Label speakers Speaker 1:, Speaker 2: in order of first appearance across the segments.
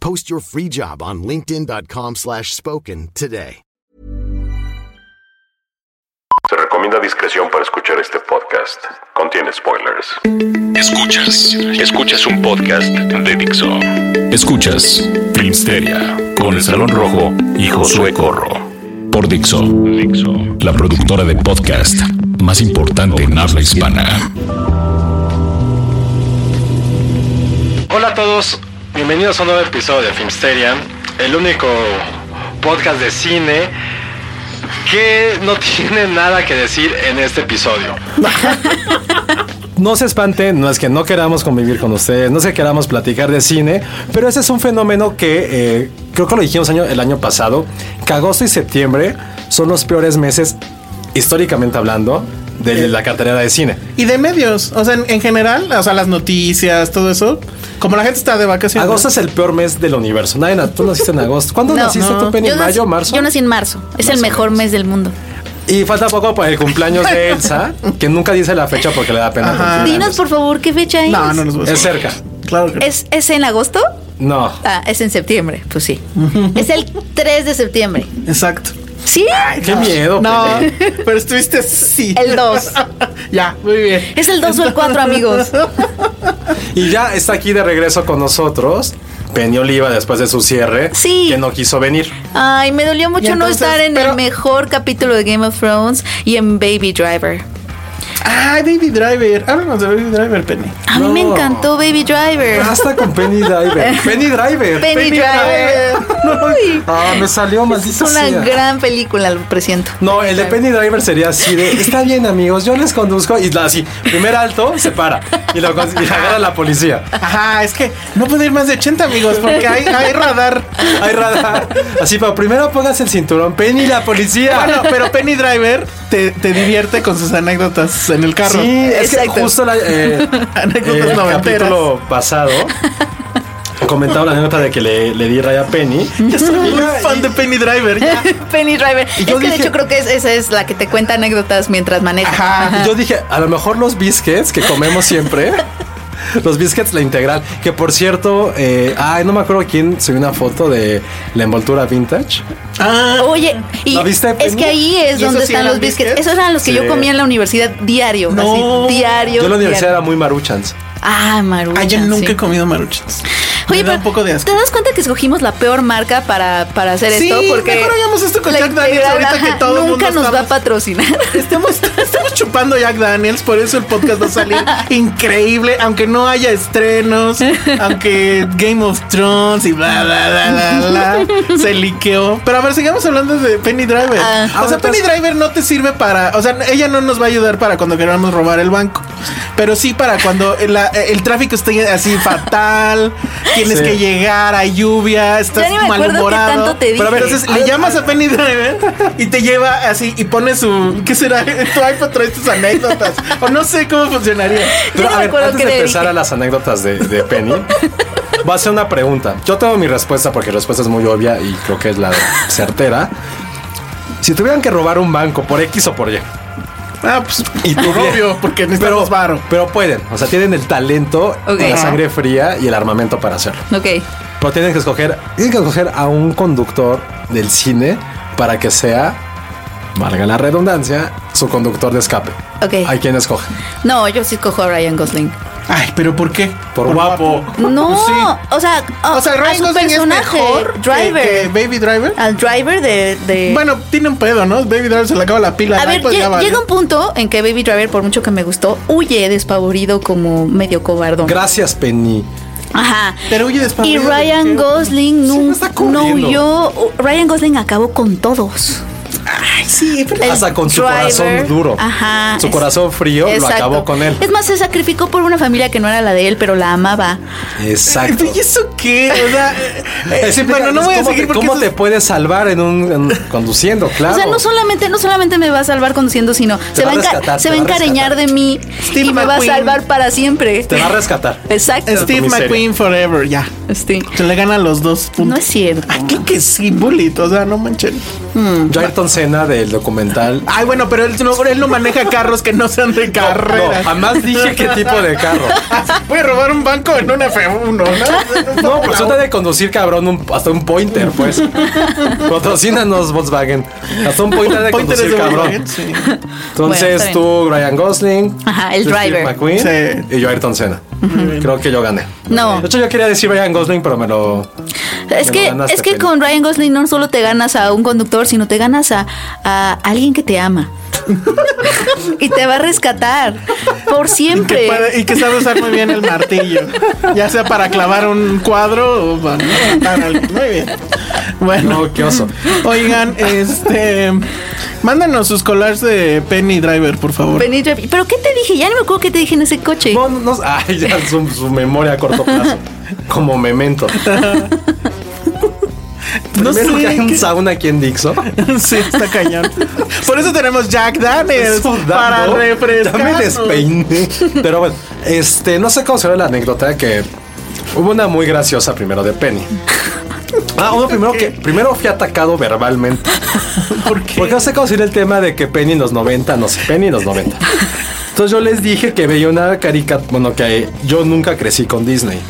Speaker 1: Post your free job on linkedin.com slash spoken today.
Speaker 2: Se recomienda discreción para escuchar este podcast. Contiene spoilers.
Speaker 3: Escuchas, escuchas un podcast de Dixo. Escuchas Filmsteria con el Salón Rojo y Josué Corro. Por Dixo, Dixo, la productora de podcast más importante en habla hispana.
Speaker 4: Hola a todos, bienvenidos a un nuevo episodio de Filmsteria, el único podcast de cine que no tiene nada que decir en este episodio.
Speaker 5: No se espanten, no es que no queramos convivir con ustedes, no es que queramos platicar de cine, pero ese es un fenómeno que eh, creo que lo dijimos año- el año pasado, que agosto y septiembre son los peores meses, históricamente hablando, de la cartelera de cine.
Speaker 6: Y de medios, o sea, en, en general, o sea, las noticias, todo eso. Como la gente está de vacaciones.
Speaker 5: Agosto es el peor mes del universo. Nadie, tú naciste en agosto. ¿Cuándo
Speaker 7: No.
Speaker 5: naciste tú, Penny?
Speaker 7: Yo nací-
Speaker 5: ¿Mayo, marzo?
Speaker 7: Yo nací en marzo. Es el mejor mes del mundo.
Speaker 5: Y falta poco para el cumpleaños de Elsa, que nunca dice la fecha porque le da pena.
Speaker 6: Ajá. Ah,
Speaker 7: Dinos, por favor, ¿qué fecha es?
Speaker 6: No, no nos gusta.
Speaker 5: Es cerca.
Speaker 6: Claro que no.
Speaker 7: ¿Es, ¿Es en agosto?
Speaker 5: No.
Speaker 7: Ah, es en septiembre. Pues sí. es el 3 de septiembre.
Speaker 6: Exacto.
Speaker 7: ¿Sí?
Speaker 5: Qué miedo.
Speaker 6: No,
Speaker 5: Penny.
Speaker 6: pero estuviste sí.
Speaker 7: El 2.
Speaker 6: ya, muy bien.
Speaker 7: Es el 2 o el 4, amigos.
Speaker 5: Y ya está aquí de regreso con nosotros Penny Oliva después de su cierre.
Speaker 7: Sí.
Speaker 5: Que no quiso venir.
Speaker 7: Ay, me dolió mucho
Speaker 6: Y
Speaker 7: no
Speaker 6: entonces,
Speaker 7: estar en
Speaker 6: pero-
Speaker 7: el mejor capítulo de Game of Thrones y en Baby Driver.
Speaker 6: Ay, Baby Driver. Háblanos de Baby Driver, Penny.
Speaker 7: A mí me encantó Baby Driver.
Speaker 5: Basta Ah, con Penny Driver. Penny Driver.
Speaker 7: Penny, Driver. Ay,
Speaker 5: Ah, me salió
Speaker 7: es
Speaker 5: maldito
Speaker 7: una
Speaker 5: sea.
Speaker 7: gran película, lo presiento.
Speaker 5: No, el de Penny Driver sería así de está bien amigos, yo les conduzco y la así, primer alto, se para y la, cons- y la agarra la policía.
Speaker 6: Ajá, es que no puedo ir más de 80, amigos, porque hay, hay radar.
Speaker 5: Hay radar. Así, pero primero pongas el cinturón, Penny la policía.
Speaker 6: Bueno, Ah, pero Penny Driver te, te divierte con sus anécdotas en el carro.
Speaker 5: Sí, es que
Speaker 7: Exacto.
Speaker 5: justo la, eh,
Speaker 6: Anécdotas
Speaker 5: el
Speaker 6: noventeras.
Speaker 5: capítulo pasado comentaba la anécdota de que le, le di raya a Penny.
Speaker 6: Yo soy muy
Speaker 5: Mira,
Speaker 6: fan de Penny Driver. ya.
Speaker 7: Penny Driver.
Speaker 5: Y
Speaker 7: Es
Speaker 5: yo
Speaker 7: que de
Speaker 5: dije-
Speaker 7: hecho creo que es- esa es la que te cuenta anécdotas mientras manejas.
Speaker 5: y yo dije, a lo mejor los biscuits que comemos siempre. Los biscuits, la integral. Que por cierto, eh, ay, no me acuerdo quién subió una foto de la envoltura vintage.
Speaker 7: Oye, y
Speaker 5: ¿La viste,
Speaker 7: es
Speaker 5: Penny?
Speaker 7: que ahí es
Speaker 6: ¿Y
Speaker 7: donde
Speaker 6: esos sí
Speaker 7: están
Speaker 6: eran
Speaker 7: los biscuits.
Speaker 6: biscuits?
Speaker 7: Esos eran los que
Speaker 5: Sí.
Speaker 7: yo comía en la universidad diario.
Speaker 6: No.
Speaker 7: Así, diario.
Speaker 5: Yo en la universidad
Speaker 7: diario.
Speaker 5: era muy maruchans.
Speaker 7: Ah, Maruchan.
Speaker 6: Ay, yo nunca
Speaker 7: sí.
Speaker 6: he comido maruchas. Me
Speaker 7: Oye,
Speaker 6: da
Speaker 7: pero
Speaker 6: un poco de asco.
Speaker 7: ¿te das cuenta que escogimos la peor marca para, para hacer
Speaker 6: Sí,
Speaker 7: esto? Porque
Speaker 6: mejor hagamos esto con
Speaker 7: la
Speaker 6: Jack Daniels
Speaker 7: integral,
Speaker 6: ahorita que todo el
Speaker 7: Nunca
Speaker 6: mundo
Speaker 7: nos va a
Speaker 6: estamos-
Speaker 7: patrocinar.
Speaker 6: Estamos, estamos chupando Jack Daniels, por eso el podcast va a salir increíble, aunque no haya estrenos, aunque Game of Thrones y bla, bla, bla, bla, bla, se liqueó. Pero a ver, sigamos hablando de Penny Driver. o sea, Penny Driver no te sirve para, o sea, ella no nos va a ayudar para cuando queramos robar el banco, pero sí para cuando la- el tráfico esté así fatal, tienes
Speaker 5: Sí.
Speaker 6: que llegar, hay lluvia, estás
Speaker 7: ni me acuerdo qué
Speaker 6: malhumorado.
Speaker 7: tanto te
Speaker 6: Pero a ver,
Speaker 7: dije.
Speaker 6: entonces le llamas a Penny Driver y te lleva así y pone su. ¿Qué será? Tu iPhone trae tus anécdotas. O no sé cómo funcionaría.
Speaker 5: Pero
Speaker 7: no
Speaker 5: a
Speaker 7: me
Speaker 5: ver,
Speaker 7: acuerdo
Speaker 5: antes
Speaker 7: qué
Speaker 5: de
Speaker 7: le
Speaker 5: empezar
Speaker 7: dije.
Speaker 5: a las anécdotas de, de Penny, va a ser una pregunta. Yo tengo mi respuesta porque la respuesta es muy obvia y creo que es la certera. Si tuvieran que robar un banco por X o por Y,
Speaker 6: Ah, pues.
Speaker 5: Y tú bien.
Speaker 6: obvio, porque necesitamos varo.
Speaker 5: pero pueden, o sea, tienen el talento,
Speaker 7: Ok.
Speaker 5: la sangre fría y el armamento para hacerlo.
Speaker 7: ok.
Speaker 5: Pero tienen que escoger, tienen que escoger a un conductor del cine para que sea, valga la redundancia, su conductor de escape.
Speaker 7: Ok.
Speaker 5: ¿A quién escoge?
Speaker 7: No, yo sí cojo a Ryan Gosling.
Speaker 6: Ay, pero ¿por qué?
Speaker 5: Por guapo.
Speaker 7: No,
Speaker 6: Pues sí.
Speaker 7: o sea, a-
Speaker 6: O sea,
Speaker 7: a
Speaker 6: Ryan
Speaker 7: su
Speaker 6: Gosling es
Speaker 7: personaje,
Speaker 6: mejor que-
Speaker 7: Driver.
Speaker 6: que Baby Driver.
Speaker 7: Al driver de. de-
Speaker 6: Bueno, tiene un pedo, ¿no? Baby Driver se le acaba la pila.
Speaker 7: a
Speaker 6: al
Speaker 7: ver,
Speaker 5: pues,
Speaker 6: iPod,
Speaker 7: lle-
Speaker 6: ya valió.
Speaker 7: llega un punto en que Baby Driver, por mucho que me gustó, huye despavorido como medio cobardo.
Speaker 5: Gracias, Penny.
Speaker 7: Ajá.
Speaker 6: Pero huye
Speaker 7: Y
Speaker 6: despavorido,
Speaker 7: Ryan
Speaker 6: ¿qué?
Speaker 7: Gosling
Speaker 5: Sí,
Speaker 7: nun-
Speaker 5: no está
Speaker 7: no
Speaker 5: corriendo.
Speaker 7: huyó. Ryan Gosling acabó con todos.
Speaker 6: Sí, pero
Speaker 7: El
Speaker 5: Hasta con su
Speaker 7: driver.
Speaker 5: corazón duro.
Speaker 7: Ajá.
Speaker 5: Su
Speaker 7: Es-
Speaker 5: corazón frío lo
Speaker 7: Exacto.
Speaker 5: acabó con él.
Speaker 7: Es más, se sacrificó por una familia que no era la de él, pero la amaba.
Speaker 5: Exacto.
Speaker 6: ¿Y eso qué? O sea, eh,
Speaker 5: Es simple,
Speaker 6: bueno, no
Speaker 5: es
Speaker 6: voy a
Speaker 5: cómo
Speaker 6: seguir
Speaker 5: te,
Speaker 6: porque
Speaker 5: cómo
Speaker 6: eso
Speaker 5: te
Speaker 6: es-
Speaker 5: puedes salvar en un en- conduciendo, claro.
Speaker 7: O sea, no solamente, no solamente me va a salvar conduciendo, sino se
Speaker 5: va
Speaker 7: va,
Speaker 5: a
Speaker 7: a enca-
Speaker 5: rescatar,
Speaker 7: se
Speaker 5: te
Speaker 7: va a
Speaker 5: va a
Speaker 7: encariñar
Speaker 5: rescatar.
Speaker 7: de mí
Speaker 6: Steve
Speaker 7: y me va a
Speaker 6: McQueen.
Speaker 7: salvar para siempre.
Speaker 5: te va a rescatar.
Speaker 7: Exacto.
Speaker 6: Eh, Steve
Speaker 5: miseria.
Speaker 6: McQueen Forever, ya.
Speaker 7: Steve.
Speaker 6: Se le ganan los dos puntos.
Speaker 7: No es cierto.
Speaker 6: Ay, creo que sí, Bullet. O sea, no manchen.
Speaker 5: Jairton Senna del documental.
Speaker 6: Ay, bueno, pero él no, él no maneja carros que no sean de
Speaker 5: No,
Speaker 6: carrera.
Speaker 5: jamás dije qué tipo de carro.
Speaker 6: Voy a robar un banco en un F1, ¿no?
Speaker 5: No, pues trata de conducir, cabrón, un- hasta un pointer, pues. Patrocínanos, Volkswagen. Hasta un pointer de
Speaker 6: Pointer es
Speaker 5: conducir,
Speaker 6: de
Speaker 5: cabrón.
Speaker 6: Volkswagen, sí.
Speaker 5: Entonces
Speaker 7: Bueno, está
Speaker 5: tú, Ryan Gosling.
Speaker 7: Ajá, el
Speaker 5: tú, Steve
Speaker 7: driver.
Speaker 5: McQueen y yo, Ayrton Senna. Creo que yo gané.
Speaker 7: No.
Speaker 5: De hecho, yo quería decir Ryan Gosling, pero me lo.
Speaker 7: Es
Speaker 5: Me
Speaker 7: que,
Speaker 5: lo ganaste,
Speaker 7: es que
Speaker 5: Penny.
Speaker 7: con Ryan Gosling no solo te ganas a un conductor, sino te ganas a, a alguien que te ama. y te va a rescatar por siempre.
Speaker 6: Para- y que sabe usar muy bien el martillo. Ya sea para clavar un cuadro o para ¿no? matar a alguien. Muy bien. Bueno.
Speaker 5: No, qué oso.
Speaker 6: Oigan, este. Mándanos sus collars de Penny Driver, por favor.
Speaker 7: Penny Dreadful. Pero ¿qué te dije? Ya no me acuerdo qué te dije en ese coche.
Speaker 5: No, no, no, ay, ya su, su memoria a corto plazo. Como memento. Primero
Speaker 6: No sé,
Speaker 5: que hay un
Speaker 6: ¿qué?
Speaker 5: sauna aquí en Dixon.
Speaker 6: sí, está cañón. Por eso tenemos Jack Daniels.
Speaker 5: Sudando.
Speaker 6: Para
Speaker 5: Ya
Speaker 6: refrescar.
Speaker 5: me despeiné. Pero bueno, este, no sé cómo será la anécdota que hubo una muy graciosa primero de Penny. Ah, uno primero que primero fui atacado verbalmente.
Speaker 6: ¿Por qué?
Speaker 5: Porque no sé cómo sería el tema de que Penny en los 90, no sé, Penny en los 90. Entonces yo les dije que veía una caricatura, bueno, que yo nunca crecí con Disney.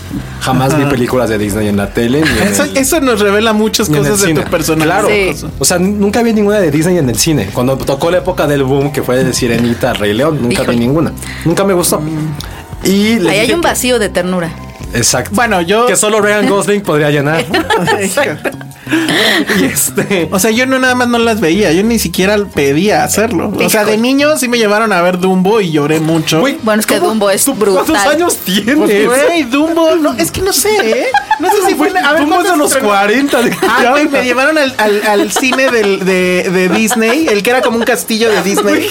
Speaker 5: Jamás vi películas de Disney en la tele. Ni en
Speaker 6: Eso,
Speaker 5: el-
Speaker 6: eso nos revela muchas
Speaker 5: ni en el
Speaker 6: cosas de
Speaker 5: cine.
Speaker 6: tu personalidad.
Speaker 5: Claro.
Speaker 7: Sí.
Speaker 5: O sea, n- nunca vi ninguna de Disney en el cine. Cuando tocó la época del boom, que fue de Sirenita, Rey León, nunca
Speaker 7: Híjole.
Speaker 5: vi ninguna. Nunca me gustó. Y les
Speaker 7: Ahí hay
Speaker 5: dije
Speaker 7: un
Speaker 5: que-
Speaker 7: vacío de ternura.
Speaker 5: Exacto.
Speaker 6: Bueno, yo.
Speaker 5: que solo Ryan Gosling podría llenar. y este.
Speaker 6: O sea, yo no nada más no las veía, yo ni siquiera pedía hacerlo. O sea, de niño sí me llevaron a ver Dumbo y lloré mucho.
Speaker 5: Güey,
Speaker 7: Bueno, es que
Speaker 5: ¿cómo-
Speaker 7: Dumbo es
Speaker 5: tú ¿Cuántos
Speaker 7: brutal.
Speaker 5: años tienes?
Speaker 6: Pues, güey, Dumbo, no, es que no sé, ¿eh? No sé si fue. A ver,
Speaker 5: Dumbo es de
Speaker 6: ¿cuándo
Speaker 5: los
Speaker 6: se estrenó?
Speaker 5: 40. de-
Speaker 6: Ah, güey, me llevaron al, al- al cine del- de, de Disney, el que era como un castillo de Disney,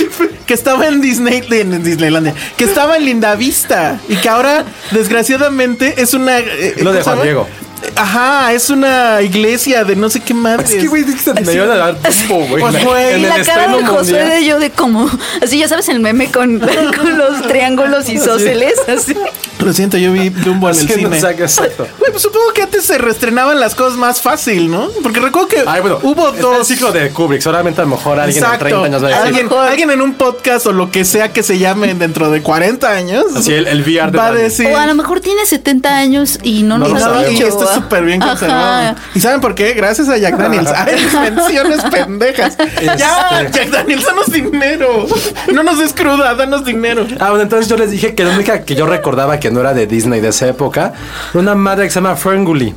Speaker 6: que estaba en Disney, en Disneylandia, que estaba en Lindavista y que ahora, desgraciadamente, es una. eh,
Speaker 5: Lo de
Speaker 6: ¿cómo se
Speaker 5: Juan
Speaker 6: llama?
Speaker 5: Diego.
Speaker 6: Ajá, es una iglesia de no sé qué madre.
Speaker 5: Es que, güey, dijiste, me iban a dar Dumbo, güey.
Speaker 6: Pues, güey,
Speaker 5: En
Speaker 7: Y
Speaker 5: el
Speaker 7: la cara
Speaker 5: estreno
Speaker 7: de José
Speaker 5: mundial.
Speaker 7: de yo de como... Así, ya sabes, el meme con, con los triángulos isósceles. Así.
Speaker 6: Lo siento, yo vi Dumbo en el
Speaker 5: Sí, no,
Speaker 6: cine.
Speaker 5: o sea, que exacto.
Speaker 6: Güey, pues supongo que antes se reestrenaban las cosas más fácil, ¿no? Porque recuerdo que
Speaker 5: Ay, bueno,
Speaker 6: hubo
Speaker 5: está
Speaker 6: dos.
Speaker 5: el ciclo de Kubrick. Solamente a lo mejor alguien
Speaker 6: Exacto.
Speaker 5: en 30 años va a decir.
Speaker 6: alguien, alguien en un podcast o lo que sea que se llame dentro de 40 años.
Speaker 5: Así el- el VR de
Speaker 6: va a
Speaker 5: Dani.
Speaker 6: decir.
Speaker 7: O a lo mejor tiene 70 años y no,
Speaker 5: No
Speaker 7: nos
Speaker 5: lo
Speaker 7: ha
Speaker 5: sabemos. este
Speaker 7: dicho. ¿eh?
Speaker 6: Y esto es súper bien
Speaker 7: Ajá.
Speaker 6: conservado. ¿Y saben por qué? Gracias a Jack Daniels. Ay, las menciones pendejas. Ya,
Speaker 5: Este.
Speaker 6: Jack Daniels, danos dinero. No nos des cruda, danos dinero.
Speaker 5: Ah, bueno, entonces yo les dije que la única que yo recordaba que no era de Disney de esa época era una madre que se llama Ferngully.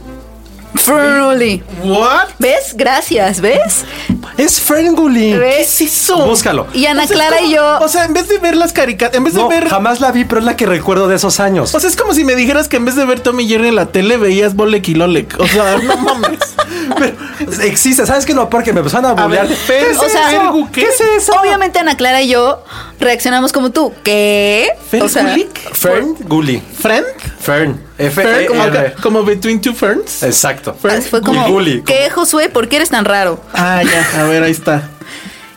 Speaker 7: Frully.
Speaker 6: ¿What?
Speaker 7: ¿Ves? Gracias, ¿ves?
Speaker 5: Es Ferngully.
Speaker 7: ¿Ves?
Speaker 6: ¿Qué Pues, es eso?
Speaker 5: Búscalo.
Speaker 7: Eh, Y Ana
Speaker 6: O sea, es
Speaker 7: Clara
Speaker 6: como-
Speaker 7: y yo...
Speaker 6: O sea, en vez de ver las caricaturas, en vez
Speaker 5: No,
Speaker 6: de ver.
Speaker 5: jamás la vi, pero es la que recuerdo de esos años.
Speaker 6: O sea, es como si me dijeras que en vez de ver Tommy Jerry en la tele veías Bolek y Lolek. O sea, no mames. Pero,
Speaker 5: Existe, ¿sabes qué? No, porque me empezaron a
Speaker 6: a ver,
Speaker 5: burlar.
Speaker 6: ¿qué es
Speaker 7: o sea,
Speaker 6: eso? ¿Qué es eso?
Speaker 7: Obviamente Ana Clara y yo reaccionamos como tú. ¿Qué? O sea,
Speaker 6: ¿Fergulic?
Speaker 5: Ferngully.
Speaker 6: ¿Friend?
Speaker 5: Fern. F
Speaker 6: ¿Fern?
Speaker 5: E
Speaker 6: Como,
Speaker 5: R.
Speaker 6: como Between Two
Speaker 5: Eh.
Speaker 6: Ferns.
Speaker 5: Exacto.
Speaker 7: fue como,
Speaker 5: Gully.
Speaker 7: ¿qué, Josué? ¿Por qué eres tan raro?
Speaker 6: Ah, ya, a ver, ahí está.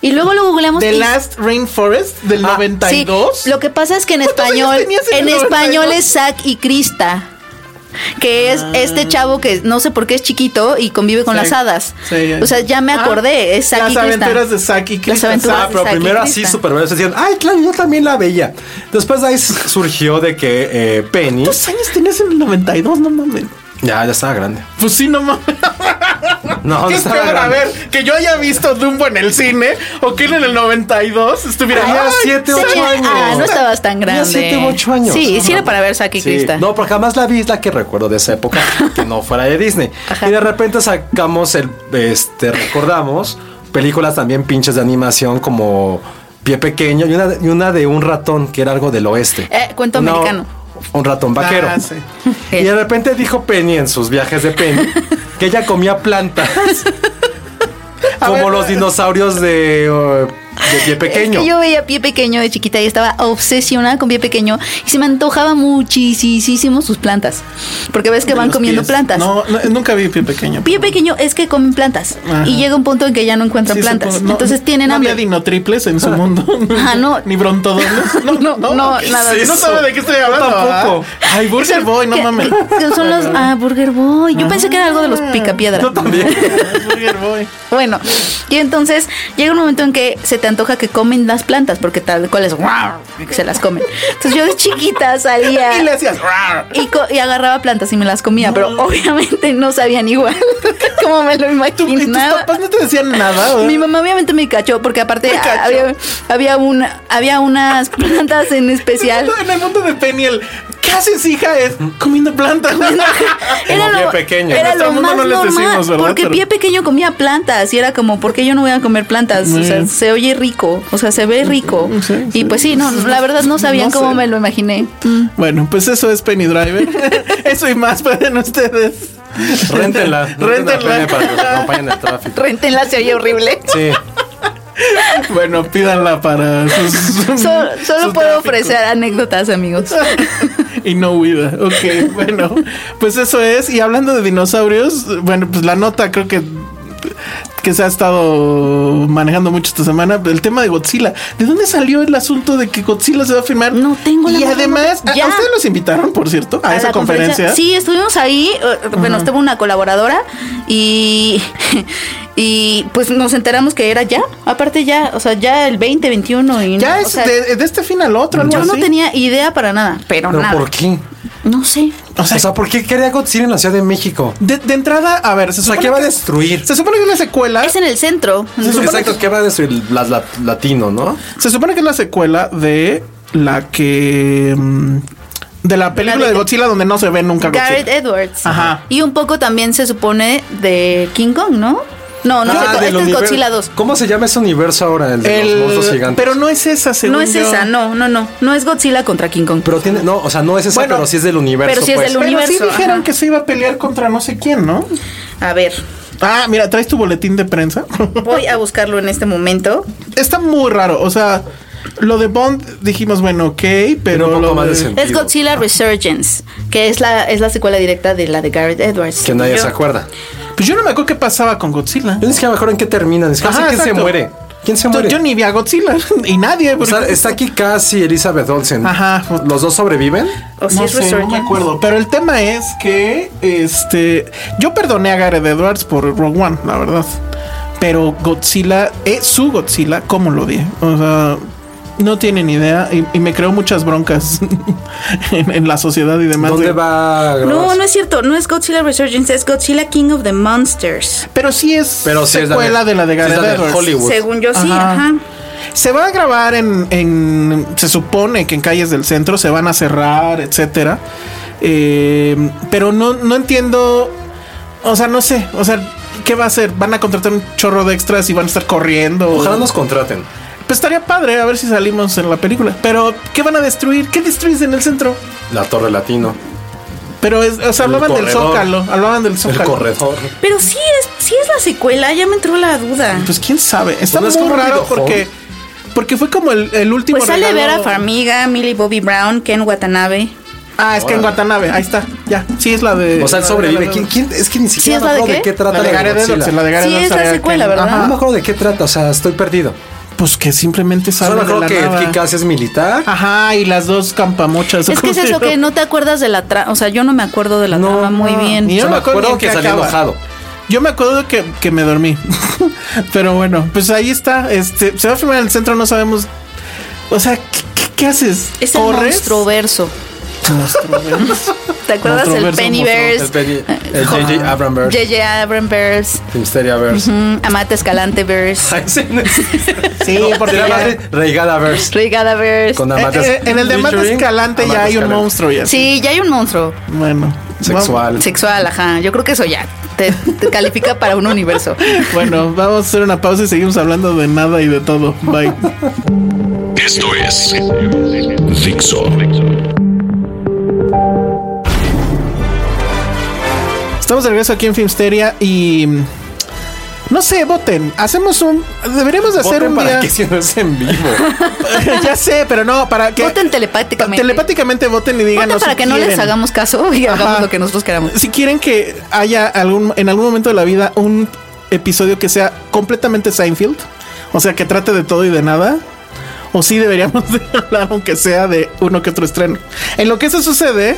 Speaker 7: Y luego lo googleamos.
Speaker 6: The
Speaker 7: y-
Speaker 6: Last Rainforest del
Speaker 5: Ah, sí,
Speaker 6: 92.
Speaker 7: Sí, lo que pasa es que en
Speaker 6: ¿Cuántos años
Speaker 7: español,
Speaker 6: tenías en
Speaker 7: en
Speaker 6: el
Speaker 7: español
Speaker 6: 92?
Speaker 7: es Zack y Krista. Que es este chavo que no sé por qué es chiquito y convive con
Speaker 6: Ah. Sí.
Speaker 7: las hadas.
Speaker 6: Sí, ya.
Speaker 7: o sea, ya me
Speaker 6: Ah,
Speaker 7: acordé, es Zack y
Speaker 6: Las
Speaker 7: Krista.
Speaker 6: aventuras de Zack y Krista.
Speaker 7: aventuras
Speaker 5: Ah,
Speaker 7: de
Speaker 5: pero
Speaker 7: Zack y
Speaker 5: primero así,
Speaker 7: Krista.
Speaker 5: súper breve, decían, ay, claro, yo también la veía. Después de ahí surgió de que eh, Penny.
Speaker 6: ¿Cuántos años tenías en el 92? No mames.
Speaker 5: Ya, ya estaba grande.
Speaker 6: Pues sí, no mames.
Speaker 5: No,
Speaker 6: ¿Qué es
Speaker 5: estaba
Speaker 6: peor? A
Speaker 5: grande.
Speaker 6: ver, que yo haya visto Dumbo en el cine o que él en el 92 estuviera.
Speaker 5: Tenía
Speaker 6: ¡Ay!
Speaker 5: siete,
Speaker 7: Sí,
Speaker 5: ocho años.
Speaker 7: Ah, no estabas tan
Speaker 5: Tenía
Speaker 7: grande.
Speaker 5: siete u ocho años.
Speaker 7: Sí, sí era para ver Saki
Speaker 5: Sí,
Speaker 7: Crista.
Speaker 5: No, porque jamás la vi, es la que recuerdo de esa época, que no fuera de Disney.
Speaker 7: Ajá.
Speaker 5: Y de repente sacamos el, este, recordamos películas también pinches de animación como Pie Pequeño y una, y una de un ratón que era algo del oeste.
Speaker 7: Eh, cuento
Speaker 5: Una-
Speaker 7: americano.
Speaker 5: Un ratón vaquero.
Speaker 6: Ah, sí.
Speaker 5: Y de repente dijo Penny en sus viajes de Penny que ella comía plantas.
Speaker 6: A
Speaker 5: como
Speaker 6: ver,
Speaker 5: los dinosaurios de, eh, de pie pequeño.
Speaker 7: Es que yo veía pie pequeño de chiquita y estaba obsesionada con pie pequeño y se me antojaba muchísimo sus plantas. Porque ves que van
Speaker 6: Los
Speaker 7: comiendo
Speaker 6: pies.
Speaker 7: plantas.
Speaker 6: No, no, nunca vi pie pequeño.
Speaker 7: Pie pequeño es que comen plantas
Speaker 6: Ajá.
Speaker 7: y llega un punto en que ya no encuentran
Speaker 6: Sí,
Speaker 7: plantas.
Speaker 6: supongo. No,
Speaker 7: Entonces tienen
Speaker 6: no
Speaker 7: hambre.
Speaker 6: había dinotriples en su mundo.
Speaker 7: Ajá, no.
Speaker 6: Ni brontodobles. No, no, no.
Speaker 7: no,
Speaker 6: ¿Qué
Speaker 7: nada de
Speaker 6: es eso? No
Speaker 7: eso.
Speaker 6: sabe de qué estoy hablando.
Speaker 5: tampoco.
Speaker 6: ¿verdad? Ay, Burger Boy, no
Speaker 7: Que-
Speaker 6: mames.
Speaker 7: que son los ah, Burger Boy. Yo pensé que era algo de los picapiedra.
Speaker 5: Yo también.
Speaker 6: Burger Boy.
Speaker 7: Bueno, y entonces llega un momento en que se te antoja que comen las plantas, porque tal cual es guau, que se las comen. Entonces yo de chiquita salía
Speaker 6: Y le hacías. "Rar".
Speaker 7: y, co- y agarraba plantas y me las comía, pero obviamente no sabían igual como me lo
Speaker 6: ¿Tú- ¿Y tus
Speaker 7: imaginaba.
Speaker 6: papás no te decían nada? ¿verdad?
Speaker 7: Mi mamá obviamente me cachó porque aparte
Speaker 6: Me cachó.
Speaker 7: había, había una había unas plantas en especial.
Speaker 6: En el mundo de Penny, el ¿qué haces, hija? Es comiendo planta.
Speaker 7: Era
Speaker 5: Como
Speaker 7: lo,
Speaker 5: pie pequeño.
Speaker 7: era
Speaker 6: En nuestro
Speaker 7: lo
Speaker 6: mundo
Speaker 7: más
Speaker 6: no les
Speaker 7: normal,
Speaker 6: decimos, ¿verdad?
Speaker 7: porque
Speaker 6: Pero-
Speaker 7: pie pequeño comía plantas y era como, ¿por qué yo no voy a comer plantas? O sea, se oye rico, o sea, se ve rico.
Speaker 6: Sí,
Speaker 7: y
Speaker 6: sí.
Speaker 7: pues sí, no, la verdad no sabían
Speaker 6: No sé.
Speaker 7: cómo me lo imaginé. Mm.
Speaker 6: Bueno, pues eso es Penny Driver. eso y más pueden ustedes.
Speaker 5: Réntenla.
Speaker 6: Réntenla.
Speaker 5: Penny para que los acompañen al tráfico.
Speaker 7: Rentenla se oye horrible.
Speaker 5: Sí.
Speaker 6: Bueno, pídanla para sus.
Speaker 7: Solo, solo
Speaker 6: sus
Speaker 7: puedo
Speaker 6: tráficos.
Speaker 7: ofrecer anécdotas, amigos.
Speaker 6: Y no huida. Ok, bueno. Pues eso es. Y hablando de dinosaurios, bueno, pues la nota creo que que se ha estado manejando mucho esta semana, el tema de Godzilla. ¿De dónde salió el asunto de que Godzilla se va a filmar?
Speaker 7: No tengo la
Speaker 6: Y
Speaker 7: menor
Speaker 6: además,
Speaker 7: idea.
Speaker 6: ¿a-
Speaker 7: Ya.
Speaker 6: ¿a ustedes los invitaron, por cierto, a,
Speaker 7: A
Speaker 6: esa
Speaker 7: la
Speaker 6: conferencia?
Speaker 7: Sí, estuvimos ahí. eh, Bueno, estuvo una colaboradora y. Y pues nos enteramos que era ya. Aparte, ya, o sea, ya el 20, 21 y.
Speaker 6: Ya
Speaker 7: no,
Speaker 6: es
Speaker 7: o sea,
Speaker 6: de, de este fin al otro, algo
Speaker 7: Yo no
Speaker 6: así.
Speaker 7: tenía idea para nada, pero,
Speaker 5: ¿Pero
Speaker 7: nada.
Speaker 5: por qué?
Speaker 7: No sé.
Speaker 6: O sea,
Speaker 5: O sea, ¿por qué quería Godzilla en la Ciudad de México?
Speaker 6: de, de entrada, a ver, se supone
Speaker 5: ¿qué va a
Speaker 6: que-
Speaker 5: destruir?
Speaker 6: Se supone que es la secuela.
Speaker 7: Es en el centro.
Speaker 5: Exacto, ¿qué va a destruir las lat- latino, no?
Speaker 6: Se supone que es la secuela de la que. mm, De la película
Speaker 7: de-
Speaker 6: de, Godzilla donde no se ve nunca
Speaker 7: Garrett
Speaker 6: Godzilla.
Speaker 7: Edwards.
Speaker 6: Ajá.
Speaker 7: Y un poco también se supone de King Kong, ¿no? No, no,
Speaker 5: Ah,
Speaker 7: sé,
Speaker 5: del
Speaker 7: este es
Speaker 5: univer-
Speaker 7: Godzilla 2.
Speaker 5: ¿Cómo se llama ese universo ahora? El de
Speaker 6: El-
Speaker 5: los monstruos gigantes.
Speaker 6: pero no es esa, según
Speaker 7: No es
Speaker 6: yo.
Speaker 7: esa, no, no, no. No es Godzilla contra King Kong.
Speaker 5: Pero tiene, no, o sea, no es esa,
Speaker 6: Bueno,
Speaker 5: pero sí es del universo.
Speaker 7: pero sí es
Speaker 5: pues.
Speaker 7: del
Speaker 6: Pero sí
Speaker 7: universo,
Speaker 6: dijeron
Speaker 7: ajá.
Speaker 6: que se iba a pelear contra no sé quién, ¿no?
Speaker 7: A ver,
Speaker 6: Ah, mira, traes tu boletín de prensa.
Speaker 7: voy a buscarlo en este momento.
Speaker 6: Está muy raro. O sea, lo de Bond dijimos, bueno, ok, pero.
Speaker 5: un poco
Speaker 6: lo
Speaker 5: más
Speaker 6: de-
Speaker 5: de sentido. Ah.
Speaker 7: Es Godzilla Resurgence, que es la, es la secuela directa de la de Garrett Edwards.
Speaker 5: Que nadie
Speaker 7: Yo-
Speaker 5: se acuerda.
Speaker 6: Pues yo no me acuerdo qué pasaba con Godzilla.
Speaker 5: Yo ni siquiera me acuerdo en qué terminan. Es que no sé
Speaker 6: Ajá,
Speaker 5: quién se
Speaker 6: exacto.
Speaker 5: muere. ¿Quién se muere?
Speaker 6: Yo ni vi a Godzilla y nadie.
Speaker 5: O
Speaker 6: porque-
Speaker 5: sea, está aquí casi Elizabeth Olsen.
Speaker 6: Ajá.
Speaker 5: ¿Los dos sobreviven?
Speaker 7: O si
Speaker 6: no
Speaker 7: es
Speaker 6: sé, no me
Speaker 7: Resurgence.
Speaker 6: acuerdo. Pero el tema es que este. Yo perdoné a Gareth Edwards por Rogue One, la verdad. Pero Godzilla, eh, su Godzilla, ¿cómo lo di? O sea, no tienen idea. Y, y me creó muchas broncas en, en la sociedad y demás.
Speaker 5: ¿Dónde
Speaker 6: de-
Speaker 5: va a grabarse?
Speaker 7: No, no es cierto, no es Godzilla Resurgence, es Godzilla King of the Monsters.
Speaker 6: Pero sí es
Speaker 5: Pero sí es la
Speaker 6: secuela
Speaker 5: de-
Speaker 6: de, la de
Speaker 5: sí es la
Speaker 6: Gareth
Speaker 5: de
Speaker 6: Edwards.
Speaker 5: Hollywood. Pues-
Speaker 7: Según yo sí,
Speaker 6: Ajá.
Speaker 7: ajá.
Speaker 6: Se va a grabar en, en- Se supone que en calles del centro se van a cerrar, etcétera. Eh, pero no, no entiendo. O sea, no sé. O sea, ¿qué va a hacer? ¿Van a contratar un chorro de extras y van a estar corriendo?
Speaker 5: Ojalá nos contraten.
Speaker 6: Pues estaría padre a ver si salimos en la película. Pero, ¿qué van a destruir? ¿Qué destruyes en el centro?
Speaker 5: La Torre Latino.
Speaker 6: Pero, es- o sea,
Speaker 5: El
Speaker 6: hablaban del
Speaker 5: corredor.
Speaker 6: zócalo. Hablaban del
Speaker 5: El
Speaker 6: zócalo.
Speaker 5: corredor.
Speaker 7: Pero sí es, sí es la secuela, ya me entró la duda.
Speaker 6: Pues quién sabe. Está
Speaker 5: ¿No es
Speaker 6: muy
Speaker 5: como un
Speaker 6: raro
Speaker 5: videojuego?
Speaker 6: porque. Porque fue como el, el último.
Speaker 7: Pues sale
Speaker 6: regalo-
Speaker 7: Vera Farmiga, Millie Bobby Brown, Ken Watanabe.
Speaker 6: Ah, es que en Watanabe, ahí está, ya. Sí, es la de.
Speaker 5: O sea, él
Speaker 6: la de-
Speaker 5: sobrevive.
Speaker 6: la de-
Speaker 5: ¿Quién, quién- es que ni siquiera
Speaker 7: es
Speaker 5: me
Speaker 7: la de
Speaker 5: acuerdo de
Speaker 7: qué?
Speaker 5: qué trata
Speaker 6: La de
Speaker 5: la de
Speaker 6: Gareth Edwards, la
Speaker 5: Godzilla.
Speaker 6: de Gareth
Speaker 7: Sí,
Speaker 6: Edwards
Speaker 7: es la
Speaker 6: era
Speaker 7: secuela,
Speaker 6: Ken.
Speaker 7: ¿verdad?
Speaker 5: No
Speaker 6: Ajá.
Speaker 5: me acuerdo de qué trata, o sea, estoy perdido.
Speaker 6: Pues que simplemente
Speaker 5: Solo
Speaker 6: sale
Speaker 5: me
Speaker 6: de
Speaker 5: acuerdo
Speaker 6: la
Speaker 5: que el
Speaker 6: nada.
Speaker 5: Kikas es militar.
Speaker 6: Ajá, y las dos campamochas.
Speaker 7: Es que es eso que no te acuerdas de la trama, o sea, yo no me acuerdo de la
Speaker 5: No,
Speaker 7: trama muy
Speaker 5: no,
Speaker 7: bien.
Speaker 6: ni
Speaker 5: Yo
Speaker 6: Yo
Speaker 5: me
Speaker 6: me acuerdo
Speaker 5: acuerdo
Speaker 6: ni
Speaker 5: que
Speaker 6: en qué
Speaker 5: salió
Speaker 6: acaba.
Speaker 5: enojado.
Speaker 6: Yo me acuerdo que, que me dormí. Pero bueno, pues ahí está. Este, se va a filmar en el centro, no sabemos. O sea, ¿qué, qué- qué haces?
Speaker 7: Es el
Speaker 6: ¿Corres?
Speaker 7: monstruo verso.
Speaker 6: Monstruoverse.
Speaker 7: ¿Te acuerdas el
Speaker 6: Monstruoverse,
Speaker 7: Pennyverse?
Speaker 5: El Penny- el J.J. Abrams.
Speaker 7: JJ Abrams,
Speaker 5: Filmsteriaverse.
Speaker 7: mm, Amate Escalante Verse,
Speaker 5: Ay, sí, no es-
Speaker 6: Sí, porque
Speaker 5: Será
Speaker 6: ya-
Speaker 5: más de Reigadaverse.
Speaker 7: Rigada Verse.
Speaker 5: Con
Speaker 6: eh,
Speaker 5: Amates.
Speaker 6: eh, en el de Mata
Speaker 5: featuring
Speaker 6: Escalante ya
Speaker 5: Amate
Speaker 6: hay un
Speaker 5: Escalante.
Speaker 6: monstruo ya.
Speaker 7: Sí, ya hay un monstruo
Speaker 6: Bueno.
Speaker 5: Sexual.
Speaker 7: sexual, ajá. Yo creo que eso ya te, te califica para un universo.
Speaker 6: Vamos- Bueno, vamos a hacer una pausa y seguimos hablando de nada y de todo. Bye.
Speaker 3: Esto es Dixo.
Speaker 6: Estamos de regreso aquí en Filmsteria y mm, no sé, voten. Hacemos un deberíamos de hacer
Speaker 5: Voten
Speaker 6: un
Speaker 5: para
Speaker 6: día.
Speaker 5: que si no es en vivo.
Speaker 6: ya sé, pero no para que
Speaker 7: Voten telepáticamente.
Speaker 6: telepáticamente voten y digan
Speaker 7: Voten para que no les hagamos caso y hagamos
Speaker 6: Ajá.
Speaker 7: lo que nosotros queramos.
Speaker 6: si quieren que haya algún en algún momento de la vida un episodio que sea completamente Seinfeld, o sea, que trate de todo y de nada, o si deberíamos de hablar aunque sea de uno que otro estreno. En lo que eso sucede,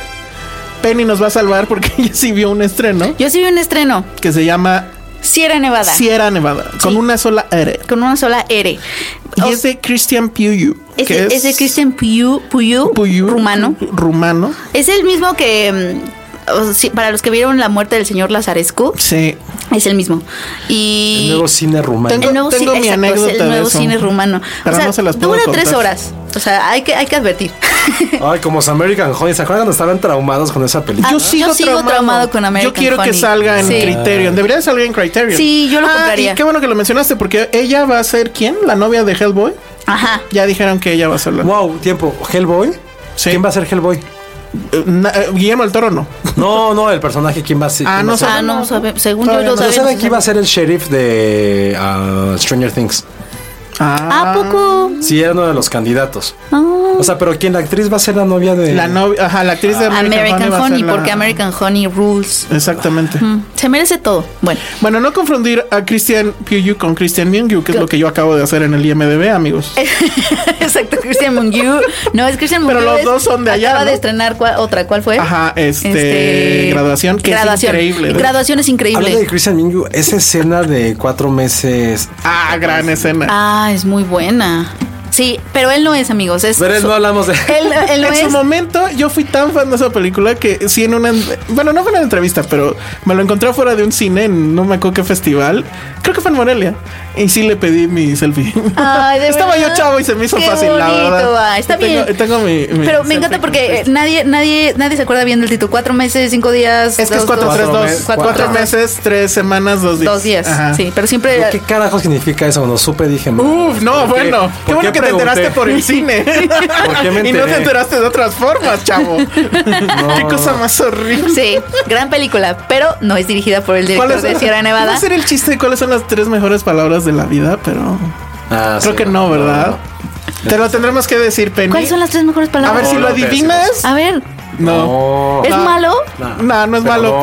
Speaker 6: Penny nos va a salvar porque ella sí vio un estreno
Speaker 7: Yo sí vi un estreno,
Speaker 6: que se llama
Speaker 7: Sierra Nevada,
Speaker 6: Sierra Nevada, con
Speaker 7: Sí.
Speaker 6: una sola R.
Speaker 7: con una sola R.
Speaker 6: Y
Speaker 7: O-
Speaker 6: es de Christian Puyu.
Speaker 7: es de- es de Christian Puyu, Puyu,
Speaker 6: Puyu,
Speaker 7: rumano.
Speaker 6: Rumano.
Speaker 7: Es el mismo que... mm, o sí, para los que vieron la muerte del señor Lazarescu,
Speaker 6: Sí.
Speaker 7: es el mismo.
Speaker 5: El
Speaker 7: Y...
Speaker 5: nuevo cine rumano.
Speaker 6: Tengo- tengo mi
Speaker 7: exacto, es
Speaker 6: anécdota
Speaker 7: El
Speaker 6: de
Speaker 7: nuevo
Speaker 6: eso.
Speaker 7: cine rumano.
Speaker 6: Pero no se las puedo
Speaker 7: dura tres
Speaker 6: contar.
Speaker 7: horas. O sea, hay que, hay que advertir.
Speaker 5: Ay, como su American Honey. ¿Se acuerdan cuando estaban traumados con esa película?
Speaker 7: Ah, yo sigo traumado con American
Speaker 6: Yo quiero que
Speaker 7: Honey.
Speaker 6: salga en
Speaker 7: Sí.
Speaker 6: Criterion. Debería de salir en Criterion.
Speaker 7: Sí, yo lo
Speaker 6: Ah,
Speaker 7: compraría.
Speaker 6: Y qué bueno que lo mencionaste porque ella va a ser quién? La novia de Hellboy.
Speaker 7: Ajá.
Speaker 6: Ya dijeron que ella va a
Speaker 7: Ah.
Speaker 6: ser la.
Speaker 5: Wow, tiempo. ¿Hellboy?
Speaker 6: Sí.
Speaker 5: ¿Quién va a ser Hellboy?
Speaker 6: Eh, na- eh, Guillermo del Toro no.
Speaker 5: No, no, el personaje, ¿quién va a ser?
Speaker 6: Ah,
Speaker 5: quién va
Speaker 6: no
Speaker 5: a ser?
Speaker 6: sabe.
Speaker 7: Ah, no, sabe- según
Speaker 6: Todavía
Speaker 7: yo,
Speaker 5: Pero
Speaker 6: no
Speaker 7: yo todavía
Speaker 5: saben
Speaker 7: no
Speaker 5: que
Speaker 7: se
Speaker 5: iba a
Speaker 7: sabe.
Speaker 5: ser el sheriff de ah, Stranger Things.
Speaker 7: ¿A poco?
Speaker 5: Sí, era uno de los candidatos. O sea, pero ¿quién la actriz va a ser la novia de.
Speaker 6: Ah. La novia, ajá, la actriz de American,
Speaker 7: American
Speaker 6: va a ser
Speaker 7: Honey,
Speaker 6: la-
Speaker 7: porque American Honey rules. Mm,
Speaker 6: Exactamente.
Speaker 7: Se merece todo. Bueno,
Speaker 6: Bueno, no confundir a Christian Puyu con Christian Myungyu, que es lo que yo acabo de hacer en el IMDB, amigos.
Speaker 7: exacto, Christian Mungiu. No, es Christian Mungiu.
Speaker 6: Pero los
Speaker 7: es-
Speaker 6: dos son de allá,
Speaker 7: Acaba
Speaker 6: ¿no?
Speaker 7: de estrenar cua- otra. ¿Cuál fue?
Speaker 6: Ajá, este, graduación, que es increíble, ¿no?
Speaker 7: Graduación es increíble.
Speaker 5: Hablando de Christian Mingu, esa escena de cuatro meses.
Speaker 6: Ah, gran escena.
Speaker 7: Ah, es muy buena. Sí, pero él no es, amigos. Es
Speaker 5: Pero él no hablamos de.
Speaker 7: él, él no
Speaker 6: en su
Speaker 7: es.
Speaker 6: momento yo fui tan fan de esa película que sí en una bueno no fue en una entrevista pero me lo encontré fuera de un cine en no me acuerdo qué festival creo que fue en Morelia y sí le pedí mi selfie
Speaker 7: Ay, ¿de
Speaker 6: estaba yo
Speaker 7: verdad?
Speaker 6: chavo y se me hizo
Speaker 7: Qué
Speaker 6: fácil la
Speaker 7: bonito,
Speaker 6: verdad
Speaker 7: ay, está
Speaker 6: tengo,
Speaker 7: bien.
Speaker 6: tengo mi, mi
Speaker 7: Pero me
Speaker 6: selfie
Speaker 7: encanta
Speaker 6: con
Speaker 7: porque eh,
Speaker 6: Cristo.
Speaker 7: nadie, nadie, nadie se acuerda bien del título. Cuatro meses, cinco días.
Speaker 6: es que es
Speaker 7: dos,
Speaker 6: cuatro
Speaker 7: dos,
Speaker 6: tres
Speaker 5: cuatro
Speaker 6: dos
Speaker 5: mes-
Speaker 6: cuatro,
Speaker 5: cuatro
Speaker 6: meses tres semanas dos días
Speaker 7: Dos días.
Speaker 6: Ajá.
Speaker 7: Sí, pero siempre.
Speaker 5: ¿Qué carajo significa eso? No supe, dije.
Speaker 6: Uf, no,
Speaker 5: ¿por qué?
Speaker 6: bueno,
Speaker 5: ¿Por
Speaker 6: qué bueno que te
Speaker 5: pregunté?
Speaker 6: enteraste por el cine.
Speaker 5: qué me
Speaker 6: y no
Speaker 5: enteré?
Speaker 6: te enteraste de otras formas, chavo. Qué cosa más horrible.
Speaker 7: Sí, gran película, pero no es dirigida por el
Speaker 6: ¿Cuál
Speaker 7: director
Speaker 6: es-
Speaker 7: de Sierra
Speaker 6: Va
Speaker 7: Nevada.
Speaker 6: a ser el chiste de cuáles son las tres mejores palabras de la vida, pero
Speaker 5: Ah,
Speaker 6: creo
Speaker 5: sí,
Speaker 6: que no, ¿verdad? Te lo tendremos que decir, Penny.
Speaker 7: ¿Cuáles son las Ah, tres mejores
Speaker 6: A
Speaker 7: palabras?
Speaker 6: ver si lo
Speaker 5: No, no,
Speaker 6: adivinas.
Speaker 7: A ver,
Speaker 6: No.
Speaker 5: No.
Speaker 7: ¿es
Speaker 6: No.
Speaker 7: malo?
Speaker 5: No.
Speaker 6: No, no es
Speaker 5: Pero
Speaker 6: malo,
Speaker 5: no.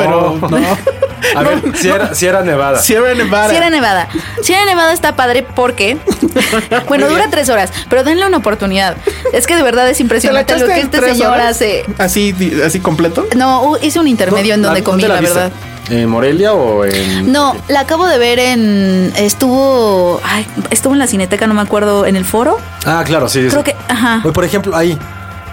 Speaker 6: pero Eh, no.
Speaker 5: A ver, si era, si era Nevada.
Speaker 6: Sierra Nevada.
Speaker 7: Sierra Nevada. Sierra Nevada está padre porque. bueno, dura tres horas, pero denle una oportunidad. Es que de verdad es
Speaker 6: ¿Te la
Speaker 7: impresionante lo
Speaker 6: echaste
Speaker 7: que
Speaker 6: en
Speaker 7: este
Speaker 6: tres
Speaker 7: señor
Speaker 6: horas?
Speaker 7: hace.
Speaker 6: ¿Así, di- así completo?
Speaker 7: No, u- hice un intermedio en donde comí, la, verdad.
Speaker 5: ¿En Morelia o en.?
Speaker 7: No, la acabo de ver en. Estuvo. Ay, estuvo en la cineteca, no me acuerdo, en el foro.
Speaker 5: Ah, claro, sí. sí.
Speaker 7: Creo que- ajá.
Speaker 5: Oye, por ejemplo, ahí.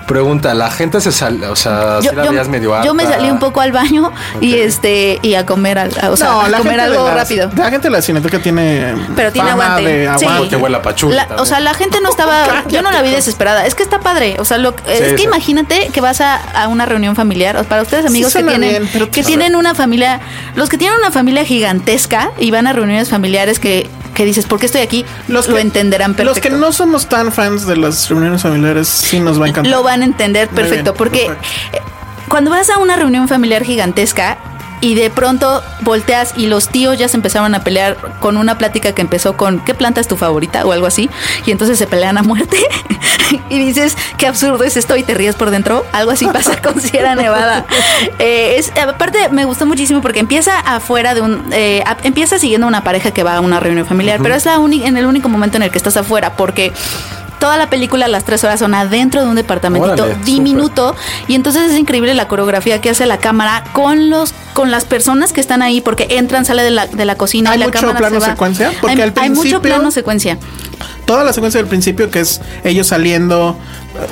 Speaker 5: Pregunta, la gente se sale, o sea, si la veías medio
Speaker 7: yo me
Speaker 5: harta?
Speaker 7: salí un poco al baño y este y a comer al- a- o sea, a comer
Speaker 6: gente de
Speaker 7: algo
Speaker 6: la-
Speaker 7: rápido.
Speaker 6: La gente de la cineteca tiene.
Speaker 7: Pero tiene
Speaker 6: fama
Speaker 7: aguante.
Speaker 6: de
Speaker 7: Sí.
Speaker 6: aguante.
Speaker 5: Que huele a pachuli
Speaker 7: La- o sea, la gente no estaba. yo no la vi desesperada. Es que está padre. O sea, lo, es que
Speaker 5: sí.
Speaker 7: imagínate que vas a, a una reunión familiar. O Para ustedes, amigos, que
Speaker 6: suena
Speaker 7: tienen,
Speaker 6: bien, pero- pues,
Speaker 7: que tienen una familia. Los que tienen una familia gigantesca y van a reuniones familiares que, que dices, ¿por qué estoy aquí? Los lo
Speaker 6: que-
Speaker 7: entenderán perfecto.
Speaker 6: Los que no somos tan fans de las reuniones familiares, sí nos va a encantar.
Speaker 7: Lo van a entender
Speaker 6: Muy
Speaker 7: perfecto,
Speaker 6: bien,
Speaker 7: porque
Speaker 6: perfecto.
Speaker 7: eh, cuando vas a una reunión familiar gigantesca y de pronto volteas y los tíos ya se empezaron a pelear con una plática que empezó con ¿qué planta es tu favorita? o algo así, y entonces se pelean a muerte y dices qué absurdo es esto y te ríes por dentro, algo así pasa con Sierra Nevada. Eh, es, aparte me gustó muchísimo porque empieza afuera de un, eh, a- empieza siguiendo una pareja que va a una reunión familiar, pero es la única, en el único momento en el que estás afuera porque... Toda la película, las tres horas, son adentro de un departamentito
Speaker 5: Órale, súper.
Speaker 7: diminuto. Y entonces es increíble la coreografía que hace la cámara con los con las personas que están ahí, porque entran, sale de la, de la cocina
Speaker 6: ¿Hay
Speaker 7: y la
Speaker 6: mucho
Speaker 7: cámara. se
Speaker 6: plano
Speaker 7: va.
Speaker 6: secuencia? Porque
Speaker 7: hay,
Speaker 6: al
Speaker 7: hay mucho
Speaker 6: principio-
Speaker 7: plano secuencia.
Speaker 6: toda la secuencia del principio que es ellos saliendo.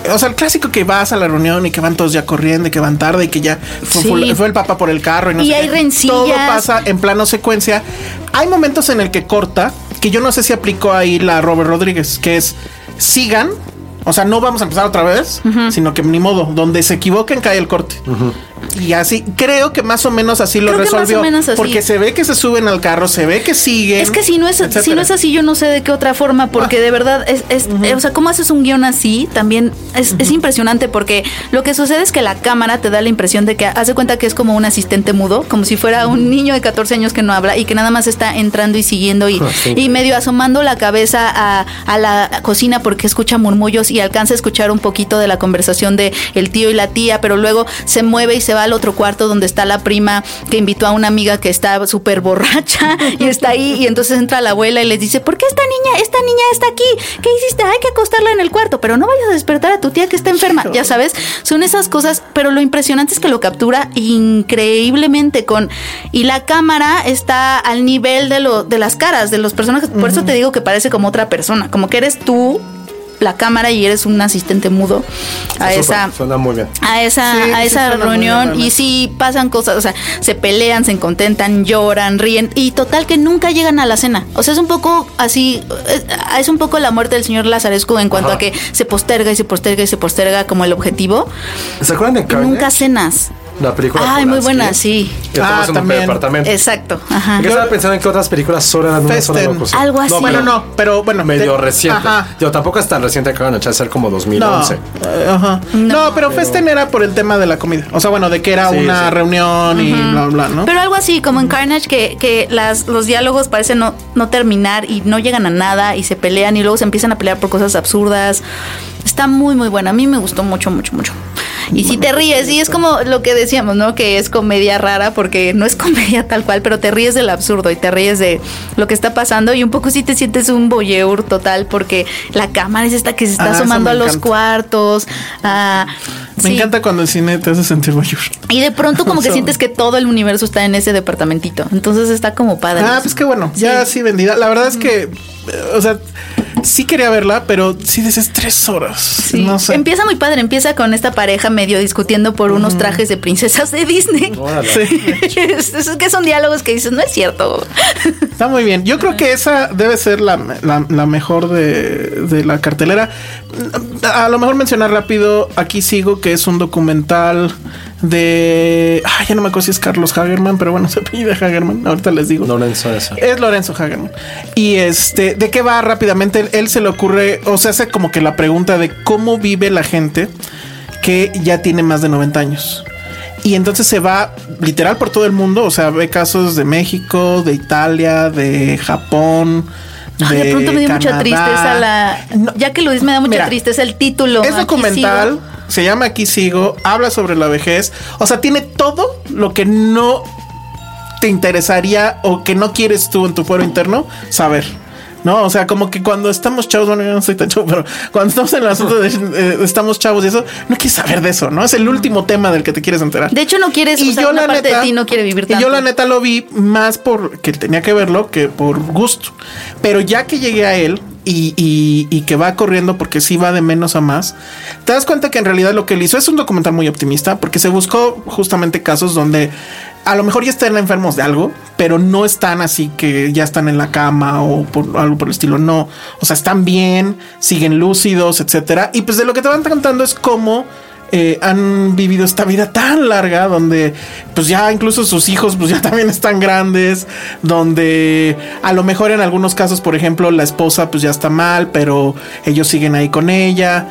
Speaker 6: eh, O sea, el clásico que vas a la reunión y que van todos ya corriendo y que van tarde y que ya fue,
Speaker 7: Sí.
Speaker 6: fue- fue el papá por el carro y no
Speaker 7: Y
Speaker 6: sé
Speaker 7: hay
Speaker 6: qué.
Speaker 7: rencillas.
Speaker 6: Todo pasa en plano secuencia. Hay momentos en el que corta, que yo no sé si aplicó ahí la Robert Rodríguez, que es sigan. O sea, no vamos a empezar otra vez, sino que ni modo, donde se equivoquen cae el corte. Y así, creo que más o menos así lo
Speaker 7: Creo que más o
Speaker 6: resolvió.
Speaker 7: menos así.
Speaker 6: Porque se ve que se suben al carro, se ve que siguen.
Speaker 7: Es que si no es, si no
Speaker 6: etcétera.
Speaker 7: es así, yo no sé de qué otra forma, porque de verdad, es, es- eh, o sea, ¿cómo haces un guión así? También es, es impresionante porque lo que sucede es que la cámara te da la impresión de que hace cuenta que es como un asistente mudo, como si fuera un niño de 14 años que no habla y que nada más está entrando y siguiendo y, y medio asomando la cabeza a, a la cocina porque escucha murmullos y alcanza a escuchar un poquito de la conversación de el tío y la tía, pero luego se mueve y se va al otro cuarto donde está la prima que invitó a una amiga que está súper borracha y está ahí y entonces entra la abuela y les dice, ¿por qué esta niña, esta niña está aquí? ¿Qué hiciste? Hay que acostarla en el cuarto, pero no vayas a despertar a tu tía que está enferma. Ya sabes, son esas cosas, pero lo impresionante es que lo captura increíblemente con... Y la cámara está al nivel de, lo, de las caras de los personajes. Por eso te digo que parece como otra persona, como que eres tú la cámara y eres un asistente mudo a
Speaker 5: Súper,
Speaker 7: esa
Speaker 5: Suena muy bien.
Speaker 7: a esa,
Speaker 6: Sí,
Speaker 7: a
Speaker 6: sí
Speaker 7: esa
Speaker 6: suena muy
Speaker 7: reunión
Speaker 6: bien,
Speaker 7: y sí pasan cosas, o sea, se pelean, se contentan, lloran, ríen y total que nunca llegan a la cena. O sea, es un poco así, eh, es un poco la muerte del señor Lazarescu en cuanto a que se posterga y se posterga y se posterga como el objetivo.
Speaker 5: ¿Se acuerdan de
Speaker 7: Y
Speaker 5: Carnage?
Speaker 7: nunca cenas.
Speaker 5: La película. de
Speaker 7: Ay, muy
Speaker 5: Polanski,
Speaker 7: buena, sí.
Speaker 5: Que
Speaker 6: Ah,
Speaker 5: todos en un
Speaker 6: también.
Speaker 5: departamento.
Speaker 7: Exacto, ajá.
Speaker 5: Yo estaba pensando en que otras películas solo eran una sola
Speaker 6: Festen.
Speaker 5: locución.
Speaker 7: Algo así.
Speaker 6: Bueno,
Speaker 5: pero
Speaker 6: no, pero bueno.
Speaker 5: Medio
Speaker 6: te-
Speaker 5: reciente.
Speaker 6: Ajá.
Speaker 5: Yo tampoco es tan reciente que van a echar a ser como
Speaker 6: No,
Speaker 5: 2011.
Speaker 6: eh, ajá. no, pero, Festen era por el tema de la comida. O sea, bueno, de que era
Speaker 5: Sí,
Speaker 6: una
Speaker 5: sí.
Speaker 6: reunión y bla, bla, ¿no?
Speaker 7: Pero algo así, como en Carnage, que, que las, los diálogos parecen no, no terminar y no llegan a nada y se pelean y luego se empiezan a pelear por cosas absurdas. Está muy, muy buena. A mí me gustó mucho, mucho, mucho. Y si te ríes, y es como lo que decíamos, ¿no? Que es comedia rara, porque no es comedia tal cual, pero te ríes del absurdo y te ríes de lo que está pasando. Y un poco sí te sientes un voyeur total, porque la cámara es esta que se
Speaker 6: Ah,
Speaker 7: está
Speaker 6: eso
Speaker 7: asomando
Speaker 6: me
Speaker 7: a los
Speaker 6: encanta.
Speaker 7: cuartos. ah,
Speaker 6: Me
Speaker 7: sí.
Speaker 6: encanta cuando el cine te hace sentir mayor.
Speaker 7: Y de pronto como que
Speaker 6: Eso.
Speaker 7: sientes que todo el universo está en ese departamentito. Entonces está como padre.
Speaker 6: Ah, pues qué bueno. Ya sí vendida. La verdad es que, eh, o sea, sí quería verla, pero sí dices tres horas.
Speaker 7: Sí.
Speaker 6: No sé.
Speaker 7: Empieza muy padre, empieza con esta pareja medio discutiendo por unos trajes de princesas de Disney. Es- es que son diálogos que dices, no es cierto.
Speaker 6: Está muy bien. Yo creo que esa debe ser la, la- la mejor de, de la cartelera. A lo mejor mencionar rápido, aquí sigo que es un documental de... Ah, ya no me acuerdo si es Carlos Hagerman, pero bueno, se pide Hagerman. Ahorita les digo.
Speaker 5: No, no, eso, eso.
Speaker 6: Es Lorenzo Hagerman. Y este, ¿de qué va rápidamente? Él se le ocurre, o sea, hace como que la pregunta de cómo vive la gente que ya tiene más de 90 años. Y entonces se va literal por todo el mundo, o sea, ve casos de México, de Italia, de Japón.
Speaker 7: Ay, de pronto me dio mucha
Speaker 6: Canadá.
Speaker 7: tristeza la...
Speaker 6: No,
Speaker 7: ya que lo dices, me da mucha
Speaker 6: Mira,
Speaker 7: tristeza el título.
Speaker 6: es
Speaker 7: Aquí
Speaker 6: documental,
Speaker 7: sigo.
Speaker 6: se llama Aquí sigo, habla sobre la vejez, o sea, tiene todo lo que no te interesaría o que no quieres tú en tu fuero interno saber. No, o sea, como que cuando estamos chavos, bueno, yo no soy tan chavo, pero cuando estamos en el asunto de eh, estamos chavos y eso, no quieres saber de eso, ¿no? Es el último tema del que te quieres enterar.
Speaker 7: De hecho, no quieres... o sea, una parte de ti no quiere vivir
Speaker 6: Y
Speaker 7: tanto.
Speaker 6: yo la neta lo vi más porque tenía que verlo que por gusto. Pero ya que llegué a él y, y- y que va corriendo porque sí va de menos a más, te das cuenta que en realidad lo que él hizo es un documental muy optimista porque se buscó justamente casos donde a lo mejor ya están enfermos de algo, pero no están así que ya están en la cama o por algo por el estilo. No, o sea, están bien, siguen lúcidos, etcétera. Y pues de lo que te van contando es cómo eh, han vivido esta vida tan larga donde pues ya incluso sus hijos pues ya también están grandes, donde a lo mejor en algunos casos, por ejemplo, la esposa pues ya está mal, pero ellos siguen ahí con ella.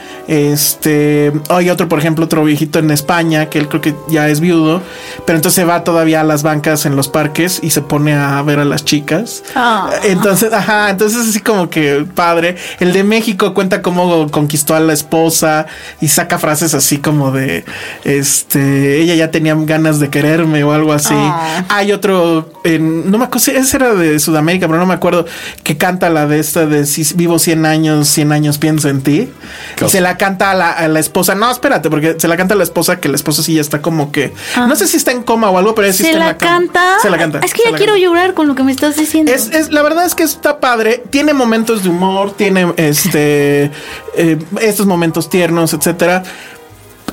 Speaker 6: Este, hay otro, por ejemplo, otro viejito en España que él creo que ya es viudo, pero entonces se va todavía a las bancas en los parques y se pone a ver a las chicas.
Speaker 7: Ah.
Speaker 6: Entonces, ajá, entonces así como que padre. El de México cuenta cómo conquistó a la esposa y saca frases así como de este ella ya tenía ganas de quererme o algo así.
Speaker 7: Ah.
Speaker 6: Hay otro en- no me acuerdo, ese era de Sudamérica, pero no me acuerdo que canta la de esta de si vivo 100 años, 100 años pienso en ti.
Speaker 5: Qué
Speaker 6: Y se la canta a la, a la esposa. No, espérate, porque se la canta a la esposa que la esposa sí ya está como que no sé si está en coma o algo, pero ella
Speaker 8: Ah.
Speaker 6: sí
Speaker 8: ¿Se
Speaker 6: está en
Speaker 8: la
Speaker 6: la cama.
Speaker 8: canta?
Speaker 6: Se la canta.
Speaker 8: Es que
Speaker 6: se
Speaker 8: ya
Speaker 6: la
Speaker 8: quiero
Speaker 6: canta.
Speaker 8: llorar con lo que me estás diciendo.
Speaker 6: Es, es- la verdad es que está padre. Tiene momentos de humor, tiene este eh, estos momentos tiernos, etcétera.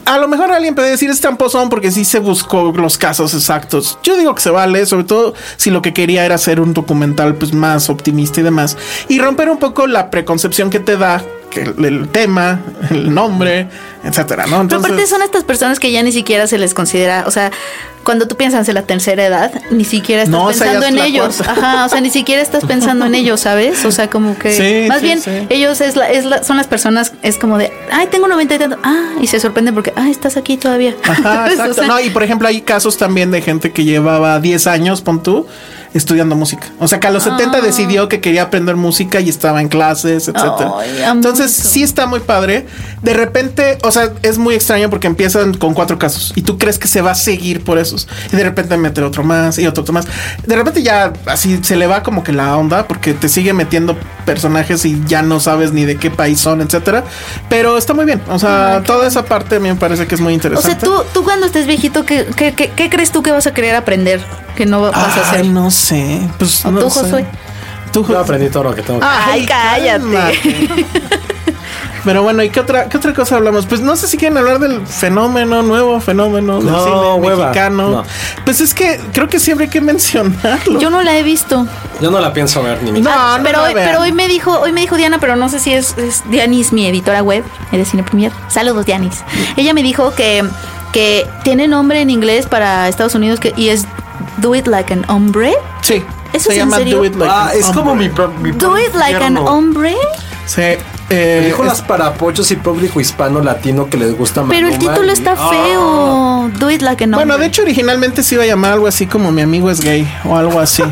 Speaker 6: A lo mejor alguien puede decir es tramposón porque sí se buscó los casos exactos. Yo digo que se vale, sobre todo si lo que quería era hacer un documental pues más optimista y demás y romper un poco la preconcepción que te da que el, el tema, el nombre, etcétera, ¿no?
Speaker 7: Pero aparte
Speaker 6: Entonces,
Speaker 7: son estas personas que ya ni siquiera se les considera, o sea, cuando tú piensas en la tercera edad, ni siquiera estás
Speaker 6: No, esa ya
Speaker 7: pensando
Speaker 6: es
Speaker 7: en
Speaker 6: la
Speaker 7: ellos.
Speaker 6: cuarta.
Speaker 7: Ajá, o sea, ni siquiera estás pensando en ellos, ¿sabes? O sea, como que
Speaker 6: Sí,
Speaker 7: más
Speaker 6: sí,
Speaker 7: bien
Speaker 6: sí.
Speaker 7: ellos es la, es la- son las personas, es como de, ay, tengo 90 y tanto, ah, y se sorprenden porque, ah, estás aquí todavía.
Speaker 6: Ajá,
Speaker 7: ¿Sabes? Pues, O
Speaker 6: exacto.
Speaker 7: sea,
Speaker 6: No, y por ejemplo, hay casos también de gente que llevaba 10 años, pon tú, estudiando música. O sea, que a los 70 decidió que quería aprender música y estaba en clases, etcétera.
Speaker 7: Ah. Ay, amo
Speaker 6: Entonces,
Speaker 7: eso.
Speaker 6: sí está muy padre. De repente, o sea, es muy extraño porque empiezan con cuatro casos y tú crees que se va a seguir por esos. Y de repente mete otro más y otro, otro más. De repente ya así se le va como que la onda porque te sigue metiendo personajes y ya no sabes ni de qué país son, etcétera. Pero está muy bien. O sea, toda esa parte a mí me parece que es muy
Speaker 7: o sea,
Speaker 6: interesante.
Speaker 7: tú, tú cuando estés viejito, ¿qué, qué, qué- qué crees tú que vas a querer aprender? Que no vas a hacer.
Speaker 6: Ay, no sé. Pues
Speaker 7: ¿O
Speaker 6: no
Speaker 7: tú,
Speaker 6: sé.
Speaker 7: Josué?
Speaker 6: Tú,
Speaker 5: Yo
Speaker 6: Josué.
Speaker 5: aprendí todo lo que tengo.
Speaker 6: Ah.
Speaker 5: que-
Speaker 7: Ay, cállate.
Speaker 6: cálmate. Pero bueno, ¿y qué otra, qué otra cosa hablamos? Pues no sé si quieren hablar del fenómeno, nuevo fenómeno del
Speaker 5: No,
Speaker 6: cine
Speaker 5: hueva.
Speaker 6: mexicano.
Speaker 5: No.
Speaker 6: Pues es que creo que siempre hay que mencionarlo.
Speaker 7: Yo no la he visto.
Speaker 5: Yo no la pienso ver ni mi.
Speaker 6: No,
Speaker 7: Ah,
Speaker 6: no
Speaker 7: pero,
Speaker 6: la
Speaker 7: hoy,
Speaker 6: vean.
Speaker 7: pero hoy me dijo, hoy me dijo Diana, pero no sé si es, es- Dianis, mi editora web de Cine Premier. Saludos, Dianis. Ella me dijo que, que tiene nombre en inglés para Estados Unidos que, y es Do It Like an Hombre.
Speaker 6: Sí.
Speaker 7: ¿Eso
Speaker 6: se
Speaker 7: es en
Speaker 6: llama
Speaker 7: serio?
Speaker 6: Do It Like
Speaker 5: Ah,
Speaker 6: an
Speaker 5: es como mi.
Speaker 6: Hombre.
Speaker 5: pro- mi
Speaker 7: Do It Like an
Speaker 5: infierno.
Speaker 7: Hombre.
Speaker 6: Sí. eh,
Speaker 5: Películas para pochos y público hispano latino que les gusta
Speaker 7: Pero el
Speaker 5: Maluma
Speaker 7: título
Speaker 5: y-
Speaker 7: está
Speaker 5: Ah.
Speaker 7: feo. Do It Like an Hombre.
Speaker 6: Bueno, de hecho originalmente se iba a llamar algo así como Mi amigo es gay o algo así.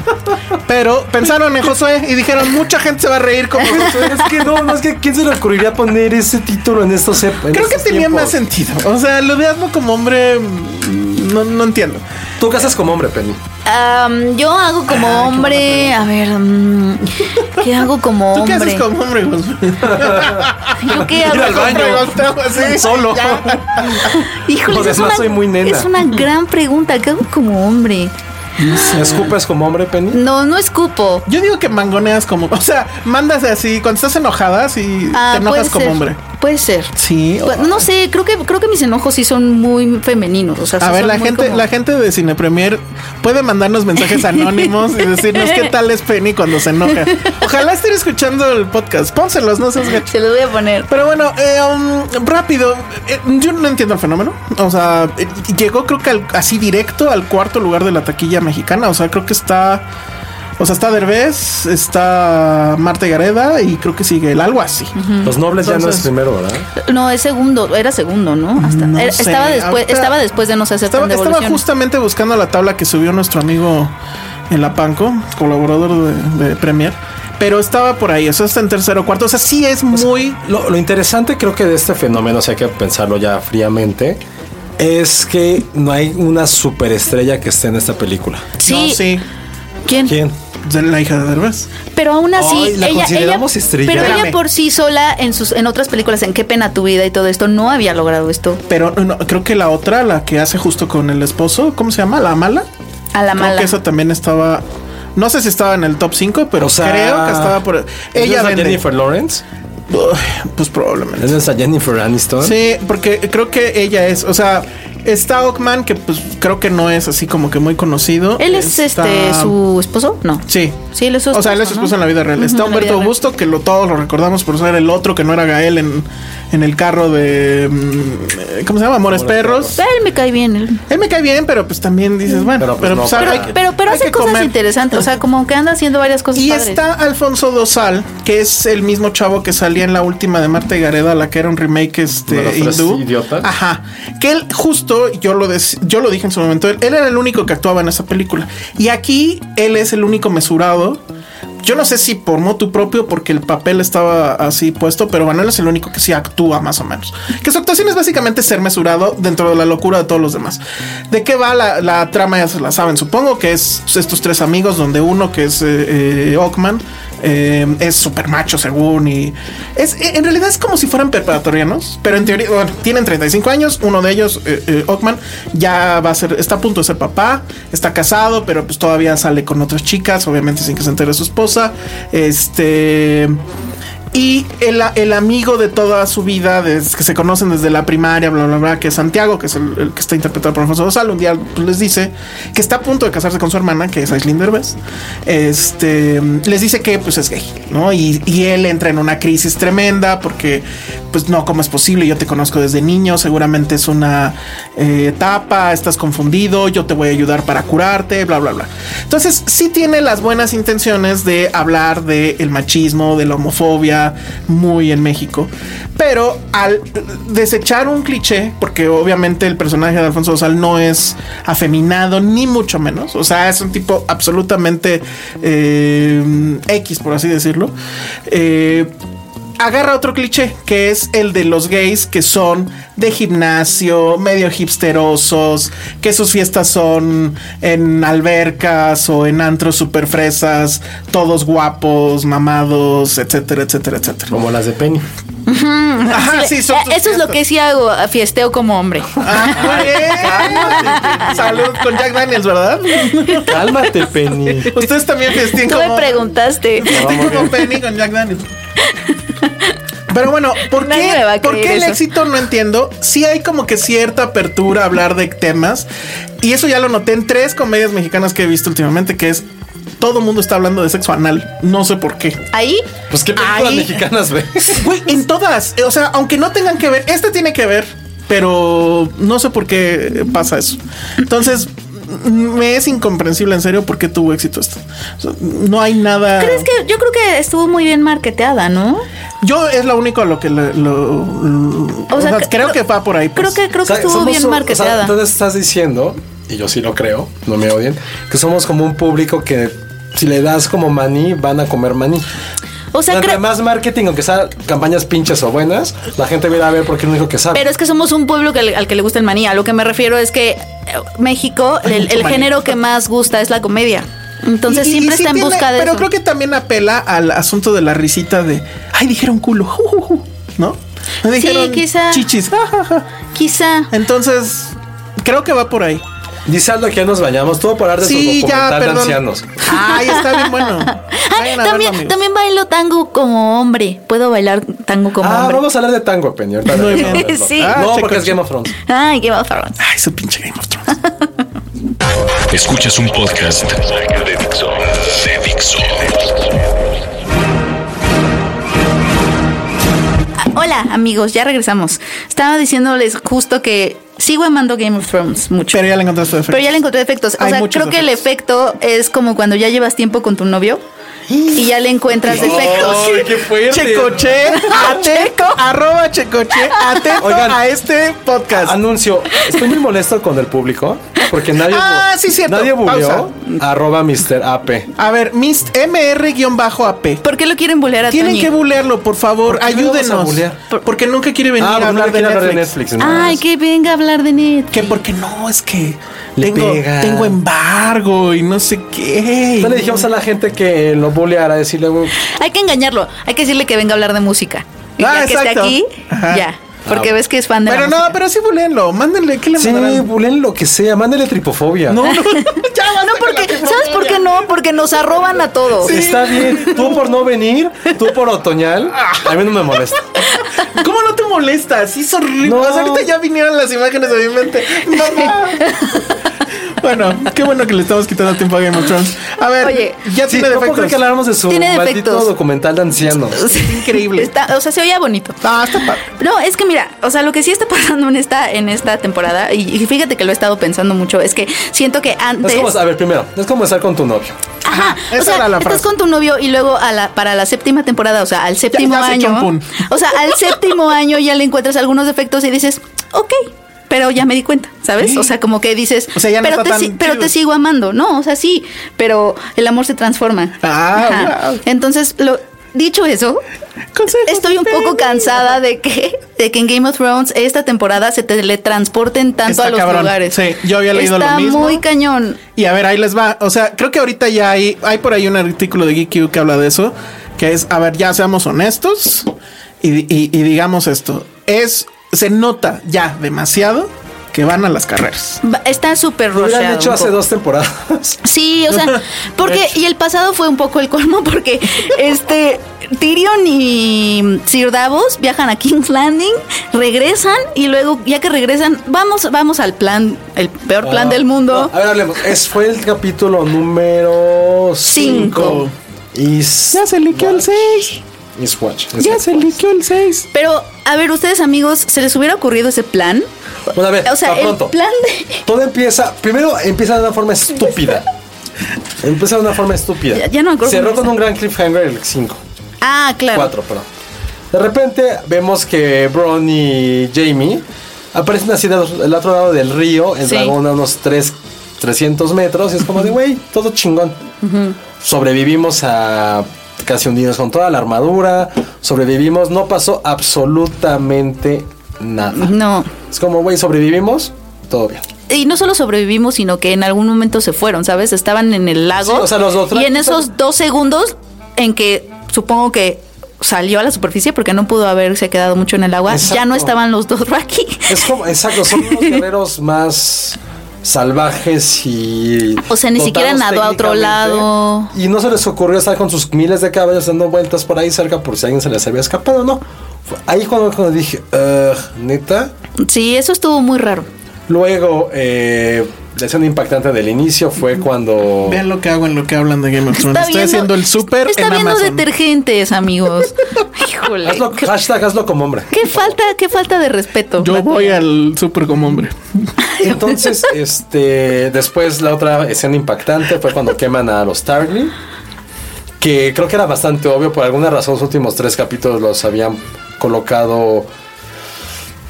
Speaker 6: Pero pensaron en Josué y dijeron, mucha gente se va a reír como Josué.
Speaker 5: Es que no, no es que quién se le ocurriría poner ese título en estos ep- en
Speaker 6: Creo que
Speaker 5: estos
Speaker 6: tenía
Speaker 5: tiempos?
Speaker 6: más sentido. O sea, lo de Asmo como hombre, mm, no, no entiendo.
Speaker 5: Tú casas como hombre, Penny.
Speaker 7: Am, yo hago como hombre. A ver, mm, ¿qué hago como
Speaker 6: ¿Tú qué
Speaker 7: hombre?
Speaker 6: haces como hombre, Josué?
Speaker 7: ¿Yo qué hago
Speaker 5: al
Speaker 7: como
Speaker 5: baño.
Speaker 6: Hombre, volteo así.
Speaker 5: Solo.
Speaker 7: Híjole,
Speaker 5: Porque
Speaker 7: es
Speaker 5: además
Speaker 7: una,
Speaker 5: soy muy nena.
Speaker 7: es una gran pregunta. ¿Qué hago como hombre?
Speaker 5: ¿Escupas como hombre, Penny?
Speaker 7: No, no escupo.
Speaker 6: Yo digo que mangoneas como... O sea, mandas así cuando estás enojada y
Speaker 7: Ah,
Speaker 6: te enojas
Speaker 7: puede
Speaker 6: como
Speaker 7: ser,
Speaker 6: hombre.
Speaker 7: Puede ser.
Speaker 6: Sí.
Speaker 7: Pues, No sé, creo que creo que mis enojos sí son muy femeninos. O sea, sí
Speaker 6: A ver,
Speaker 7: son
Speaker 6: la
Speaker 7: muy
Speaker 6: gente,
Speaker 7: como-
Speaker 6: la gente de Cine Premier puede mandarnos mensajes anónimos y decirnos qué tal es Penny cuando se enoja. Ojalá estén escuchando el podcast. Pónselos, no seas gacho.
Speaker 7: Se los voy a poner.
Speaker 6: Pero bueno, eh, um, rápido, eh, yo no entiendo el fenómeno. O sea, eh, llegó creo que al- así directo al cuarto lugar de la taquilla mexicana. O sea, creo que está... O sea, está Derbez, está Marte Gareda y creo que sigue el algo así.
Speaker 5: Los nobles ya no es
Speaker 6: Entonces-
Speaker 5: primero, ¿verdad?
Speaker 7: No, es segundo, era segundo, ¿no? Hasta-
Speaker 6: No
Speaker 7: era-
Speaker 6: sé,
Speaker 7: estaba después,
Speaker 6: ahorita-
Speaker 7: estaba después de no hacer
Speaker 6: Estaba,
Speaker 7: tan
Speaker 6: estaba
Speaker 7: devolución.
Speaker 6: justamente buscando la tabla que subió nuestro amigo en la Panco, colaborador de, de Premier. Pero estaba por ahí, eso está en tercero o cuarto. O sea, sí es muy...
Speaker 5: Lo, lo interesante creo que de este fenómeno, o sea, hay que pensarlo ya fríamente, es que no hay una superestrella que esté en esta película.
Speaker 7: Sí,
Speaker 6: No, sí.
Speaker 7: ¿Quién?
Speaker 5: ¿Quién?
Speaker 6: De la hija de Derbez.
Speaker 7: Pero aún así,
Speaker 5: Ay, la
Speaker 7: ella,
Speaker 5: consideramos
Speaker 7: ella-
Speaker 5: estrella.
Speaker 7: pero ella
Speaker 6: Espérame.
Speaker 7: por sí sola en sus en otras películas en Qué pena tu vida y todo esto no había logrado esto.
Speaker 6: Pero no, creo que la otra, la que hace justo con el esposo, ¿cómo se llama? ¿La mala?
Speaker 7: A la
Speaker 6: Creo
Speaker 7: mala.
Speaker 6: que esa también estaba. No sé si estaba en el top 5, pero
Speaker 5: O sea,
Speaker 6: creo que estaba por. Ella
Speaker 5: ¿No es a
Speaker 6: vende.
Speaker 5: Jennifer Lawrence?
Speaker 6: Uf, Pues probablemente.
Speaker 5: ¿No es a Jennifer Aniston?
Speaker 6: Sí, porque creo que ella es. O sea, está Ockman, que pues creo que no es así como que muy conocido.
Speaker 7: Él es
Speaker 6: Está-
Speaker 7: este su esposo? No.
Speaker 6: Sí.
Speaker 7: Sí, él es su
Speaker 6: O sea, él es su
Speaker 7: esposo, ¿no?
Speaker 6: esposo en la vida real.
Speaker 7: Ujú,
Speaker 6: Está
Speaker 7: en la vida
Speaker 6: Humberto
Speaker 7: real.
Speaker 6: Augusto, que lo, todos lo recordamos por ser el otro que no era Gael en, en el carro de. mm, ¿Cómo se llama? Amores Perros.
Speaker 7: Él me cae bien. Él.
Speaker 6: Él me cae bien, pero pues también dices, bueno,
Speaker 5: Pero,
Speaker 6: pero,
Speaker 5: pues, no,
Speaker 6: pues, hay
Speaker 5: pero-
Speaker 6: que-
Speaker 7: Pero, pero
Speaker 6: hay
Speaker 7: hace
Speaker 6: que
Speaker 7: cosas
Speaker 6: comer.
Speaker 7: interesantes. O sea, como que anda haciendo varias cosas.
Speaker 6: Y
Speaker 7: padres.
Speaker 6: está Alfonso Dosal, que es el mismo chavo que salía en la última de Marta y Gareda, la que era un remake este
Speaker 5: De los tres
Speaker 6: hindú.
Speaker 5: idiotas.
Speaker 6: Ajá. Que él justo, yo lo, dec- yo lo dije en su momento, él, él era el único que actuaba en esa película. Y aquí él es el único mesurado yo no sé si por motu propio, porque el papel estaba así puesto, pero Manuel es el único que sí actúa más o menos. Que su actuación es básicamente ser mesurado dentro de la locura de todos los demás. ¿De qué va la, la trama? Ya se la saben, supongo que es estos tres amigos, donde uno que es eh, eh, Ockman. eh, es super macho según y es eh, en realidad es como si fueran preparatorianos pero en teoría bueno, tienen 35 años uno de ellos eh, eh, Ockman ya va a ser está a punto de ser papá está casado pero pues todavía sale con otras chicas obviamente sin que se entere su esposa este y el, el amigo de toda su vida, desde que se conocen desde la primaria, bla, bla, bla, que es Santiago, que es el, el que está interpretado por Alfonso Dosal, un día pues, les dice que está a punto de casarse con su hermana, que es Aislinn Derbez. Este, les dice que pues es gay, ¿no? Y, y él entra en una crisis tremenda porque, pues no, ¿cómo es posible? Yo te conozco desde niño, seguramente es una eh, etapa, estás confundido, yo te voy a ayudar para curarte, bla, bla, bla. Entonces, sí tiene las buenas intenciones de hablar del machismo, de la homofobia, muy en México. Pero al desechar un cliché, porque obviamente el personaje de Alfonso Dosal no es afeminado, ni mucho menos. O sea, es un tipo absolutamente eh, X, por así decirlo. Eh, agarra otro cliché, que es el de los gays que son de gimnasio, medio hipsterosos, que sus fiestas son en albercas o en antros super fresas, todos guapos, mamados, etcétera, etcétera, etcétera.
Speaker 5: Como las de Penny.
Speaker 6: Ajá, sí, son
Speaker 7: Eh,
Speaker 6: tus
Speaker 7: Eso es lo que sí hago, fiesteo como hombre.
Speaker 6: Ah, eh, Salud con Jack Daniels, ¿verdad?
Speaker 5: Cálmate, Penny.
Speaker 6: Ustedes también festín
Speaker 7: Tú
Speaker 6: como,
Speaker 7: me preguntaste.
Speaker 6: festín como Penny con Jack Daniels. Pero bueno, ¿por
Speaker 7: Nadie
Speaker 6: qué,
Speaker 7: me va a
Speaker 6: ¿por
Speaker 7: creer
Speaker 6: qué el
Speaker 7: eso.
Speaker 6: éxito? No entiendo. Sí hay como que cierta apertura a hablar de temas. Y eso ya lo noté en tres comedias mexicanas que he visto últimamente, que es todo mundo está hablando de sexo anal. No sé por qué.
Speaker 7: Ahí,
Speaker 5: Pues qué películas
Speaker 6: Ay.
Speaker 5: mexicanas ves.
Speaker 6: Güey, en todas. O sea, aunque no tengan que ver, este tiene que ver, pero no sé por qué pasa eso. Entonces, m- me es incomprensible en serio por qué tuvo éxito esto. O sea, no hay nada.
Speaker 7: ¿crees que yo creo que estuvo muy bien marketeada, no?
Speaker 6: Yo es lo único a lo que lo. lo- lo- o sea,
Speaker 7: cre-
Speaker 6: creo que va por ahí.
Speaker 7: Creo
Speaker 6: pues.
Speaker 7: que creo que
Speaker 5: O sea,
Speaker 7: estuvo
Speaker 5: somos
Speaker 7: bien
Speaker 5: un- o sea,
Speaker 7: marketeada.
Speaker 5: entonces estás diciendo, y yo sí lo creo, no me odien, que somos como un público que si le das como maní, van a comer maní.
Speaker 7: O sea,
Speaker 5: Entre
Speaker 7: creo-
Speaker 5: más marketing, aunque sea campañas pinches o buenas, la gente va a ir a ver porque es lo único que sabe.
Speaker 7: Pero es que somos un pueblo que al- al que le gusta el maní. A lo que me refiero es que eh, México, el, el género que más gusta es la comedia. Entonces
Speaker 6: Y- y- y
Speaker 7: siempre
Speaker 6: sí
Speaker 7: está en
Speaker 6: tiene-
Speaker 7: busca de
Speaker 6: Pero
Speaker 7: eso.
Speaker 6: creo que también apela al asunto de la risita de. Ay, dijeron culo. ju, ju, ju", ¿No? Dijeron
Speaker 7: quizá.
Speaker 6: Chichis. ja, ja, ja". Eh,
Speaker 7: Quizá.
Speaker 6: Entonces, creo que va por ahí.
Speaker 5: Dice Aldo que ya nos bañamos, todo por arte
Speaker 6: Sí,
Speaker 5: su
Speaker 6: ya,
Speaker 5: documental de
Speaker 6: perdón.
Speaker 5: ancianos.
Speaker 6: Ay, está bien bueno.
Speaker 7: Ay,
Speaker 6: Vayan a verlo,
Speaker 7: Ah, también,
Speaker 6: amigos.
Speaker 7: también bailo tango como hombre. Puedo bailar tango como
Speaker 5: Ah,
Speaker 7: hombre.
Speaker 5: vamos a hablar de tango, Penny. ahorita
Speaker 6: Muy
Speaker 5: regresamos
Speaker 6: bien.
Speaker 5: a verlo.
Speaker 7: Sí.
Speaker 6: Ah,
Speaker 5: no,
Speaker 6: checo,
Speaker 5: porque es
Speaker 6: checo.
Speaker 5: Game of Thrones.
Speaker 7: Ay, qué va, Farron.
Speaker 6: Ay, su pinche Game of Thrones.
Speaker 3: Escuchas un podcast de Dixo. De Dixo.
Speaker 7: Hola, amigos, ya regresamos. Estaba diciéndoles justo que sigo amando Game of Thrones mucho.
Speaker 6: Pero ya la encontraste de frente.
Speaker 7: Pero ya le encontré defectos. O
Speaker 6: Hay
Speaker 7: sea, creo
Speaker 6: muchos
Speaker 7: que el efecto es como cuando ya llevas tiempo con tu novio y ya le encuentras defectos.
Speaker 5: qué fuerte!
Speaker 6: Checoche, ate, arroba checoche, atento
Speaker 5: Oigan.
Speaker 6: a este podcast.
Speaker 5: Anuncio, estoy muy molesto con el público porque nadie
Speaker 6: Ah, sí, cierto.
Speaker 5: nadie
Speaker 6: Pausa.
Speaker 5: buleó arroba Mr. AP.
Speaker 6: A ver, Miss MR-AP.
Speaker 7: ¿Por qué lo quieren bulear a
Speaker 6: Tienen
Speaker 7: Toñi?
Speaker 6: que bulearlo, por favor,
Speaker 5: ¿Por qué lo vamos a
Speaker 6: ayúdenos.
Speaker 5: bulear?
Speaker 6: Por- Porque nunca quiere venir
Speaker 5: Ah,
Speaker 6: a
Speaker 5: porque no
Speaker 6: hablar
Speaker 5: le
Speaker 6: de
Speaker 5: quiero
Speaker 6: Netflix.
Speaker 5: hablar de Netflix. ¿no?
Speaker 7: Ay, que venga a hablar de net.
Speaker 6: Que porque no, es que
Speaker 5: Le
Speaker 6: tengo,
Speaker 5: pega.
Speaker 6: tengo embargo y no sé qué.
Speaker 5: Entonces le dijimos a la gente que lo buleara, decirle, güey, pues,
Speaker 7: Hay que engañarlo. Hay que decirle que venga a hablar de música. Y
Speaker 6: Ah,
Speaker 7: ya que
Speaker 6: exacto.
Speaker 7: esté aquí,
Speaker 6: Ajá. Ah,
Speaker 7: ya. Porque ves que es fan de la
Speaker 6: Pero no,
Speaker 7: música.
Speaker 6: pero sí buleenlo. Mándenle, ¿qué le
Speaker 5: sí,
Speaker 6: mandarán?
Speaker 5: bulen lo que sea, mándele tripofobia.
Speaker 6: No, no, ya basta
Speaker 7: No,
Speaker 6: con la
Speaker 7: porque, ¿sabes por qué
Speaker 6: tripofobia.
Speaker 7: no? Porque nos arroban a todos.
Speaker 5: Está bien, tú por no venir, tú por otoñal, a mí no me molesta.
Speaker 6: ¿Cómo no te molesta? Sí, es horrible.
Speaker 5: No.
Speaker 6: O sea, ahorita ya vinieron las imágenes de mi mente. Mamá. bueno, qué bueno que le estamos quitando tiempo a Game of Thrones. A ver,
Speaker 7: Oye,
Speaker 6: ya
Speaker 5: Sí,
Speaker 6: tiene
Speaker 5: no puedo creer
Speaker 6: defectos.
Speaker 5: que habláramos de su
Speaker 7: Tiene
Speaker 5: maldito
Speaker 7: defectos.
Speaker 5: documental de ancianos.
Speaker 7: Es increíble. o sea, se oía bonito.
Speaker 6: Ah, está padre.
Speaker 7: No, es que mira, o sea, lo que sí está pasando en esta, en esta temporada, y, y fíjate que lo he estado pensando mucho, es que siento que
Speaker 6: Pues,
Speaker 5: No
Speaker 7: antes.
Speaker 5: es como, a ver, primero, no es como estar con tu novio.
Speaker 7: Ajá.
Speaker 6: Esa
Speaker 7: O sea,
Speaker 6: era la
Speaker 7: estás
Speaker 6: frase.
Speaker 7: con tu novio y luego a la, para la séptima temporada, o sea, al séptimo
Speaker 6: ya se echó un
Speaker 7: año.
Speaker 6: pun.
Speaker 7: O sea, al séptimo año ya le encuentras algunos defectos y dices, ok, pero ya me di cuenta, ¿sabes? O sea, como que dices,
Speaker 6: O sea, ya no
Speaker 7: pero,
Speaker 6: está
Speaker 7: te,
Speaker 6: tan
Speaker 7: si- pero
Speaker 6: chido".
Speaker 7: te sigo amando, ¿no? O sea, sí, pero el amor se transforma.
Speaker 6: Ah,
Speaker 7: Ajá.
Speaker 6: wow.
Speaker 7: Entonces, lo, dicho eso,
Speaker 6: Consejos
Speaker 7: estoy
Speaker 6: de
Speaker 7: un
Speaker 6: Penny.
Speaker 7: poco cansada de que, de que en Game of Thrones esta temporada se teletransporten tanto
Speaker 6: Está
Speaker 7: a los
Speaker 6: cabrón.
Speaker 7: lugares.
Speaker 6: Sí, yo había leído lo
Speaker 7: Está
Speaker 6: mismo.
Speaker 7: muy cañón.
Speaker 6: Y a ver, ahí les va. O sea, creo que ahorita ya hay, hay por ahí un artículo de GQ que habla de eso. Que es, a ver, ya seamos honestos y, y- y digamos esto. Es, se nota ya demasiado que van a las carreras.
Speaker 7: Va- Está súper
Speaker 5: Lo hubieran
Speaker 7: rusheado
Speaker 5: hecho
Speaker 7: un
Speaker 5: hace
Speaker 7: poco.
Speaker 5: dos temporadas.
Speaker 7: Sí, o sea, porque y el pasado fue un poco el colmo porque este Tyrion y Sir Davos viajan a King's Landing, regresan y luego ya que regresan, vamos vamos al plan, el peor plan del mundo.
Speaker 5: Ah. No, a ver, hablemos. Es, fue el capítulo número 5.
Speaker 7: Cinco.
Speaker 6: Ya se liqueó el 6.
Speaker 5: Watch.
Speaker 6: Ya se liqueó el 6.
Speaker 7: Pero a ver, ustedes amigos, ¿se les hubiera ocurrido ese plan?
Speaker 5: Bueno, a ver,
Speaker 7: o sea,
Speaker 5: va
Speaker 7: el
Speaker 5: pronto.
Speaker 7: plan de
Speaker 5: Todo empieza. Primero empieza de una forma estúpida. Empieza de una forma estúpida.
Speaker 7: Ya- ya no me acuerdo
Speaker 5: Cerró
Speaker 7: cómo
Speaker 5: con
Speaker 7: empieza.
Speaker 5: un gran cliffhanger el 5.
Speaker 7: Ah, claro.
Speaker 5: 4, perdón. De repente vemos que Bron y Jamie aparecen así del del otro lado del río, en
Speaker 7: Sí.
Speaker 5: dragón a unos 3, 300 metros. Y es como de, güey, todo chingón. Sobrevivimos a casi hundidos con toda la armadura. Sobrevivimos, no pasó absolutamente nada.
Speaker 7: No.
Speaker 5: Es como, güey, sobrevivimos, todo bien.
Speaker 7: Y no solo sobrevivimos, sino que en algún momento se fueron, ¿sabes? Estaban en el lago.
Speaker 5: Sí, o sea, los dos-
Speaker 7: y en esos dos segundos en que supongo que salió a la superficie porque no pudo haberse quedado mucho en el agua, ya
Speaker 5: Exacto.
Speaker 7: no estaban los dos aquí.
Speaker 5: Es como, exacto, son los guerreros más salvajes y.
Speaker 7: O sea, ni
Speaker 5: dotados
Speaker 7: siquiera nadó a otro
Speaker 5: técnicamente.
Speaker 7: lado.
Speaker 5: Y no se les ocurrió estar con sus miles de caballos dando vueltas por ahí cerca por si alguien se les había escapado, no. Fue Ahí cuando, cuando dije, "Ugh, neta.
Speaker 7: Sí, eso estuvo muy raro.
Speaker 5: Luego, eh, la escena impactante del inicio fue cuando.
Speaker 6: Vean lo que hago en lo que hablan de Game of Thrones. Estoy haciendo el súper
Speaker 7: Está
Speaker 6: en
Speaker 7: viendo
Speaker 6: Amazon.
Speaker 7: detergentes, amigos. Híjole.
Speaker 5: Hazlo, hashtag, hazlo como hombre.
Speaker 7: Qué falta, qué falta de respeto.
Speaker 6: Yo voy al súper como hombre.
Speaker 5: Entonces, este, después la otra escena impactante fue cuando queman a los Tarly, que creo que era bastante obvio, por alguna razón los últimos tres capítulos los habían colocado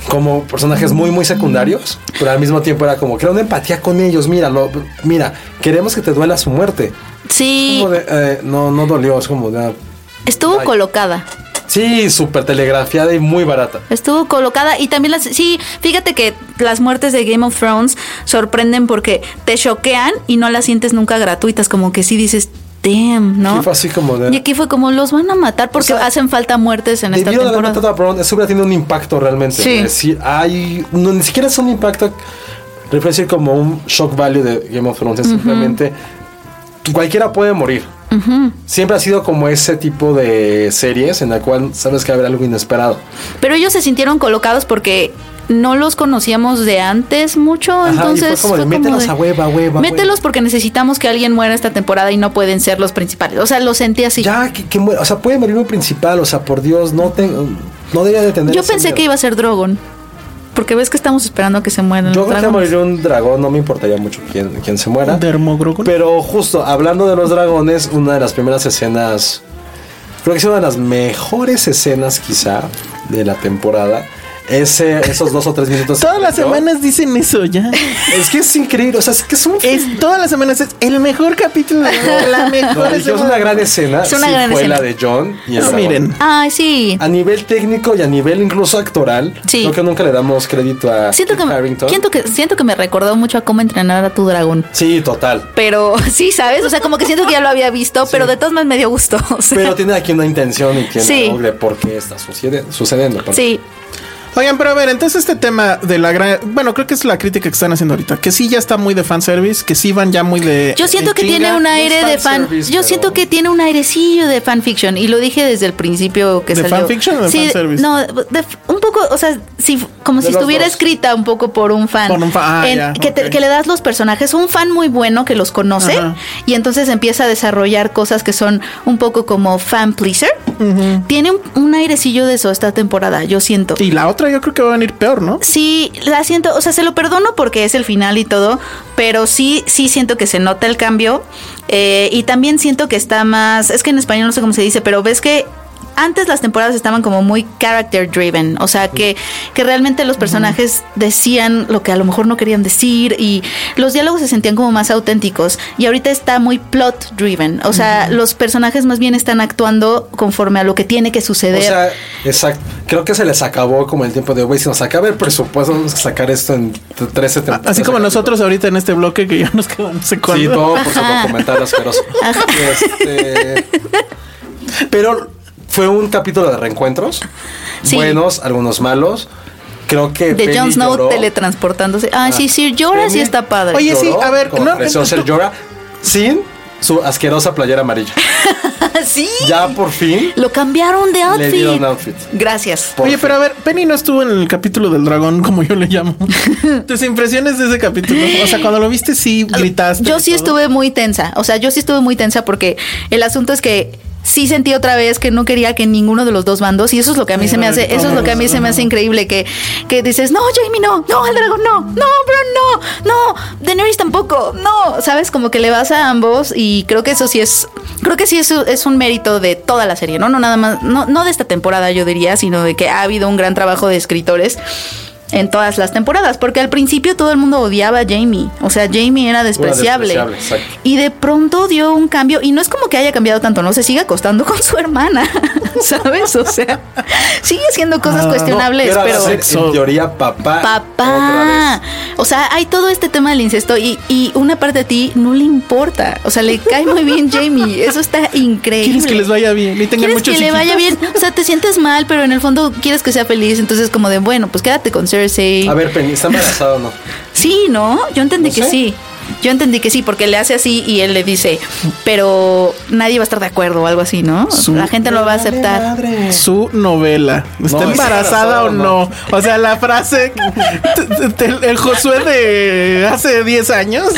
Speaker 5: como personajes muy, muy secundarios, pero al mismo tiempo era como, crea una empatía con ellos, mira, lo- mira, queremos que te duela su muerte.
Speaker 7: Sí,
Speaker 5: Como de, eh, no, no dolió, es como de... ah,
Speaker 7: estuvo
Speaker 5: Ay.
Speaker 7: colocada.
Speaker 5: Sí, súper telegrafiada y muy barata.
Speaker 7: Estuvo colocada y también las... Sí, fíjate que las muertes de Game of Thrones sorprenden porque te choquean y no las sientes nunca gratuitas, como que sí dices, damn, ¿no?
Speaker 5: Y fue así como de-
Speaker 7: Y aquí fue como, los van a matar porque
Speaker 5: sea,
Speaker 7: hacen falta muertes en esta
Speaker 5: Debieron haber matado a
Speaker 7: temporada.
Speaker 5: Brown, eso hubiera tenido un impacto realmente.
Speaker 7: Sí.
Speaker 5: Es decir, hay. No, ni siquiera es un impacto. Refiero a decir como un shock value de Game of Thrones. es Simplemente. tú- Cualquiera puede morir. Siempre ha sido como ese tipo de series en la cual sabes que va a haber algo inesperado.
Speaker 7: Pero ellos se sintieron colocados porque no los conocíamos de antes mucho,
Speaker 5: Ajá, y fue
Speaker 7: entonces...
Speaker 5: como de, "Mételos a hueva, hueva,
Speaker 7: Mételos
Speaker 5: hueva".
Speaker 7: porque necesitamos que alguien muera esta temporada y no pueden ser los principales. O sea, lo sentí así.
Speaker 5: Ya, que, que muera, O sea, puede morir un principal. O sea, por Dios, no te, no debería de tener.
Speaker 7: Yo
Speaker 5: ese
Speaker 7: pensé
Speaker 5: miedo.
Speaker 7: que iba a ser Drogon. Porque ves que estamos esperando a que se mueran
Speaker 5: Yo
Speaker 7: los
Speaker 5: creo que
Speaker 7: dragones.
Speaker 5: morir un dragón no me importaría mucho quién, quién se muera.
Speaker 6: Dermogrogon.
Speaker 5: Pero justo hablando de los dragones, una de las primeras escenas, creo que es una de las mejores escenas quizá de la temporada. Ese, esos dos o tres minutos.
Speaker 6: Todas las semanas dicen eso ya.
Speaker 5: Es que es increíble, o sea, es que es un.
Speaker 6: Es, todas las semanas es el mejor capítulo de la
Speaker 5: No,
Speaker 6: mejor
Speaker 5: y que es una gran escena.
Speaker 7: Es una
Speaker 5: sí
Speaker 7: gran
Speaker 5: fue
Speaker 7: escena.
Speaker 5: la de John y el
Speaker 6: No,
Speaker 5: dragón.
Speaker 6: miren.
Speaker 7: Ay, sí.
Speaker 5: A nivel técnico y a nivel incluso actoral,
Speaker 7: Sí.
Speaker 5: creo que nunca le damos crédito a
Speaker 7: Siento
Speaker 5: Kit
Speaker 7: que, me,
Speaker 5: Harington.
Speaker 7: siento, que, siento que me recordó mucho a cómo entrenar a tu dragón.
Speaker 5: Sí, total.
Speaker 7: Pero sí, ¿sabes? O sea, como que siento que ya lo había visto, pero de todas maneras me dio gusto. o sea.
Speaker 5: Pero tiene aquí una intención y tiene
Speaker 7: Sí.
Speaker 5: algo de por qué está sucede- sucediendo. perdón.
Speaker 7: sí.
Speaker 6: Oigan, pero a ver, entonces este tema de la gran. Bueno, creo que es la crítica que están haciendo ahorita. Que sí ya está muy de fanservice, que sí van ya muy de.
Speaker 7: Yo siento
Speaker 6: Este, en
Speaker 7: que
Speaker 6: chinga.
Speaker 7: tiene un
Speaker 5: no es
Speaker 7: aire de fan.
Speaker 5: fanservice,
Speaker 7: Yo
Speaker 5: pero-
Speaker 7: siento que tiene un airecillo de fanfiction. Y lo dije desde el principio que
Speaker 6: ¿De
Speaker 7: salió.
Speaker 6: fanfiction o de
Speaker 7: sí,
Speaker 6: fanservice?
Speaker 7: No, de- un poco, o sea, sí, como
Speaker 5: De
Speaker 7: si
Speaker 5: los
Speaker 7: estuviera
Speaker 5: dos.
Speaker 7: escrita un poco por un fan.
Speaker 6: Por un fan, ah, ya,
Speaker 7: que, te-
Speaker 6: ok.
Speaker 7: que le das los personajes. Un fan muy bueno que los conoce.
Speaker 6: Ajá.
Speaker 7: Y entonces empieza a desarrollar cosas que son un poco como fan pleaser. Tiene un, un airecillo de eso esta temporada, yo siento.
Speaker 6: Y la otra yo creo que va a venir peor, ¿no?
Speaker 7: Sí, la siento, o sea, se lo perdono porque es el final y todo, pero sí, sí siento que se nota el cambio eh, y también siento que está más, es que en español no sé cómo se dice, pero ves que antes las temporadas estaban como muy character driven, o sea que, que realmente los personajes decían lo que a lo mejor no querían decir y los diálogos se sentían como más auténticos y ahorita está muy plot driven, o sea los personajes más bien están actuando conforme a lo que tiene que suceder.
Speaker 5: O sea, exacto. Creo que se les acabó como el tiempo de, güey, si nos acaba el presupuesto, vamos a sacar esto en 13 temporadas.
Speaker 6: Así como nosotros ahorita en este bloque que ya nos quedan no sé
Speaker 5: Sí,
Speaker 6: cuándo.
Speaker 5: todo por su documental asqueroso. Este, pero fue un capítulo de reencuentros.
Speaker 7: Sí.
Speaker 5: Buenos, algunos malos. Creo que.
Speaker 7: de
Speaker 5: Penny
Speaker 7: Jon Snow
Speaker 5: lloró.
Speaker 7: teletransportándose. Ah, sí, sí, llora, sí
Speaker 5: Penny
Speaker 7: está padre.
Speaker 6: Oye, sí,
Speaker 5: lloró
Speaker 6: a ver,
Speaker 5: como
Speaker 6: no,
Speaker 5: pareció
Speaker 6: no,
Speaker 5: ser
Speaker 6: no.
Speaker 5: llora sin su asquerosa playera amarilla.
Speaker 7: Ah, sí.
Speaker 5: Ya por fin.
Speaker 7: Lo cambiaron de outfit.
Speaker 5: dieron outfit.
Speaker 7: Gracias.
Speaker 5: por
Speaker 6: Oye, pero a ver, Penny no estuvo en el capítulo del dragón, como yo le llamo. Tus impresiones de ese capítulo. O sea, cuando lo viste, sí gritaste.
Speaker 7: Yo sí
Speaker 6: y todo.
Speaker 7: estuve muy tensa. O sea, yo sí estuve muy tensa porque el asunto es que sí sentí otra vez que no quería que ninguno de los dos bandos y eso es lo que a mí se me hace eso es lo que a mí se me hace increíble que que dices no Jamie no no el dragón no no Bron no no Daenerys tampoco no sabes como que le vas a ambos y creo que eso sí es creo que sí es, es un mérito de toda la serie no no nada más no no de esta temporada yo diría sino de que ha habido un gran trabajo de escritores en todas las temporadas, porque al principio todo el mundo odiaba a Jamie, o sea, Jamie era despreciable.
Speaker 5: despreciable, exacto.
Speaker 7: y de pronto dio un cambio, y no es como que haya cambiado tanto, no se sigue acostando con su hermana, ¿sabes? O sea, sigue haciendo
Speaker 6: Ah,
Speaker 7: cosas cuestionables,
Speaker 5: Ah, Era
Speaker 7: pero...
Speaker 5: ser, en teoría papá.
Speaker 7: Papá, o sea, hay todo este tema del incesto y, y una parte de ti no le importa, o sea, le cae muy bien Jamie, eso está increíble.
Speaker 6: Quieres que les vaya bien y tengan
Speaker 7: Quieres
Speaker 6: muchos
Speaker 7: que le vaya
Speaker 6: hijitos.
Speaker 7: bien, o sea, te sientes mal, pero en el fondo quieres que sea feliz, entonces como de, bueno, pues quédate con Cersei.
Speaker 5: Otra vez. A ver, Penny, ¿está embarazada o no?
Speaker 7: Sí, ¿no? Yo entendí
Speaker 5: No
Speaker 7: que
Speaker 5: sé.
Speaker 7: sí. Yo entendí que sí, porque le hace así y él le dice, pero nadie va a estar de acuerdo o algo así, ¿no?
Speaker 6: Su-
Speaker 7: La gente lo va a aceptar.
Speaker 6: Su novela. ¿Está
Speaker 5: No,
Speaker 6: embarazada o no? O sea, la frase. t- t- El, Josué de hace 10 años.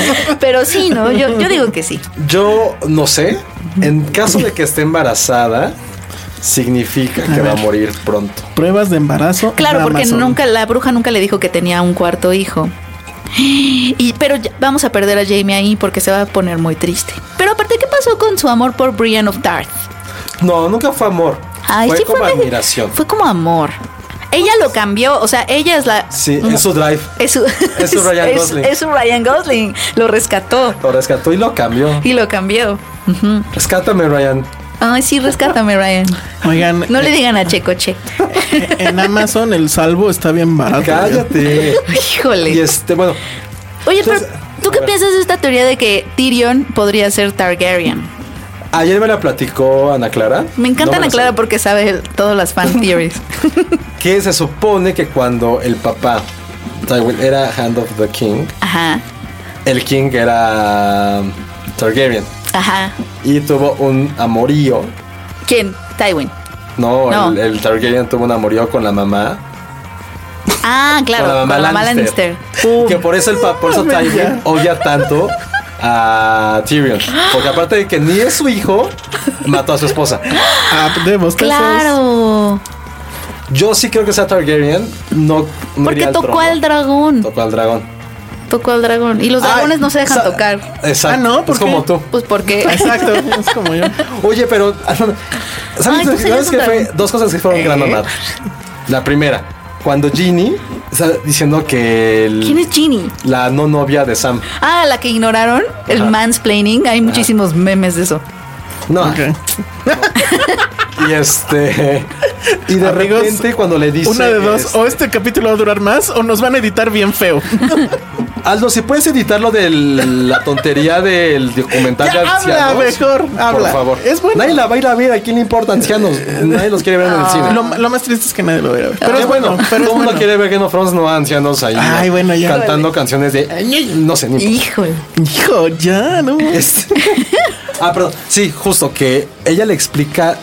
Speaker 7: Pero sí, ¿no? Yo, yo digo que sí.
Speaker 5: Yo no sé. En caso de que esté embarazada, significa que va a morir pronto.
Speaker 6: Pruebas de embarazo.
Speaker 7: Claro,
Speaker 6: en
Speaker 7: porque
Speaker 6: Amazon.
Speaker 7: nunca, la bruja nunca le dijo que tenía un cuarto hijo. Y, pero ya- vamos a perder a Jamie ahí porque se va a poner muy triste. Pero aparte, ¿qué pasó con su amor por Brian of Darth?
Speaker 5: No, nunca fue amor.
Speaker 7: Ay,
Speaker 5: fue
Speaker 7: sí
Speaker 5: como
Speaker 7: fue-
Speaker 5: admiración.
Speaker 7: Fue como amor. Ella lo cambió, o sea, ella es la...
Speaker 5: Sí, en su drive.
Speaker 7: Es su,
Speaker 5: Es su Ryan
Speaker 7: es-
Speaker 5: Gosling.
Speaker 7: es su Ryan Gosling. Lo rescató
Speaker 5: Lo rescató y lo cambió.
Speaker 7: y lo cambió.
Speaker 5: Rescátame, Ryan.
Speaker 7: Ay, sí, rescátame, Ryan.
Speaker 6: Oigan, eh,
Speaker 7: No le digan a Checo Che.
Speaker 6: en Amazon el salvo está bien
Speaker 7: Ah,
Speaker 6: barato.
Speaker 5: Cállate. Y
Speaker 7: Híjole.
Speaker 5: este, bueno,
Speaker 7: Oye, pero
Speaker 5: Entonces,
Speaker 7: ¿tú
Speaker 5: a
Speaker 7: qué
Speaker 5: ver.
Speaker 7: piensas de esta teoría de que Tyrion podría ser Targaryen?
Speaker 5: ayer me la platicó Ana Clara.
Speaker 7: Me
Speaker 5: No
Speaker 7: encanta Ana
Speaker 5: la
Speaker 7: Clara
Speaker 5: sabía.
Speaker 7: porque sabe el- todas las fan theories.
Speaker 5: Que se supone que cuando el papá Tywin era Hand of the King,
Speaker 7: Ajá,
Speaker 5: el King era um, Targaryen.
Speaker 7: ajá.
Speaker 5: Y tuvo un amorío.
Speaker 7: ¿Quién? Tywin.
Speaker 5: No,
Speaker 7: No.
Speaker 5: El, el Targaryen tuvo un amorío con la mamá.
Speaker 7: Ah, claro,
Speaker 5: con la mamá
Speaker 7: Lannister.
Speaker 5: Lannister. Que por eso el pa- por eso Tywin odia tanto a Tyrion. Porque aparte de que ni es su hijo, mató a su esposa.
Speaker 6: Ah, demos casos.
Speaker 7: Claro,
Speaker 5: Yo sí creo que sea Targaryen. No, no
Speaker 7: porque
Speaker 5: iría al
Speaker 7: tocó
Speaker 5: trono.
Speaker 7: al dragón.
Speaker 5: Tocó al dragón.
Speaker 7: Tocó al dragón. Y los dragones
Speaker 5: Ay,
Speaker 7: no se dejan
Speaker 5: sa-
Speaker 7: tocar.
Speaker 5: Exacto.
Speaker 6: Ah, ¿no? ¿Por
Speaker 5: es
Speaker 6: qué?
Speaker 5: como tú.
Speaker 7: Pues porque.
Speaker 6: Exacto, es como yo.
Speaker 5: Oye, pero. ah, ¿Sabes,
Speaker 7: Ay, tú
Speaker 5: ¿sabes
Speaker 7: serías
Speaker 5: qué
Speaker 7: un
Speaker 5: fue?
Speaker 7: dragón.
Speaker 5: Dos cosas que
Speaker 6: Eh.
Speaker 5: fueron gran honor. La primera, cuando Ginny está diciendo que. el-
Speaker 7: ¿Quién es Ginny?
Speaker 5: La no novia de Sam.
Speaker 7: Ah, la que ignoraron, el mansplaining. Hay muchísimos memes de eso.
Speaker 5: No.
Speaker 6: Ok.
Speaker 5: Y este. Y de
Speaker 6: Amigos,
Speaker 5: repente, cuando le dice.
Speaker 6: Una de dos,
Speaker 5: este,
Speaker 6: o este capítulo va a durar más o nos van a editar bien feo.
Speaker 5: Aldo, si puedes editar lo de la tontería del documental
Speaker 6: Ya
Speaker 5: de
Speaker 6: habla
Speaker 5: ancianos.
Speaker 6: mejor, habla.
Speaker 5: Por favor.
Speaker 6: Es bueno. Ah,
Speaker 5: Nadie la va a ir a ver. ¿A quién le importa ancianos? Nadie los quiere ver en el cine.
Speaker 6: Lo, lo más triste es que nadie lo vea.
Speaker 5: Pero
Speaker 6: Pero es bueno, pero es
Speaker 5: todo el mundo
Speaker 6: bueno.
Speaker 5: quiere ver Game of Thrones, no a ancianos ahí.
Speaker 6: Ay,
Speaker 5: ¿no?
Speaker 6: bueno, ya.
Speaker 5: Cantando canciones de. No sé, ni.
Speaker 7: Híjole.
Speaker 6: Hijo, ya, no.
Speaker 5: Este- ah, perdón. Sí, justo que ella le explica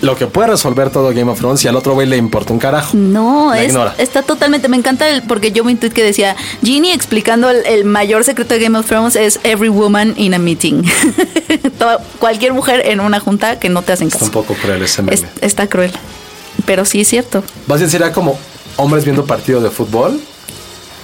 Speaker 5: lo que puede resolver todo Game of Thrones y al otro güey le importa un carajo.
Speaker 7: No,
Speaker 5: La
Speaker 7: es-
Speaker 5: ignora.
Speaker 7: está totalmente. Me encanta el, porque yo vi un tweet que decía: Ginny explicando el, el mayor secreto de Game of Thrones es every woman in a meeting. Toda- cualquier mujer en una junta que no te hacen
Speaker 5: Está un
Speaker 7: caso.
Speaker 5: poco cruel ese meme.
Speaker 7: Es- está cruel. Pero sí es cierto.
Speaker 5: Más bien sería como hombres viendo partido de fútbol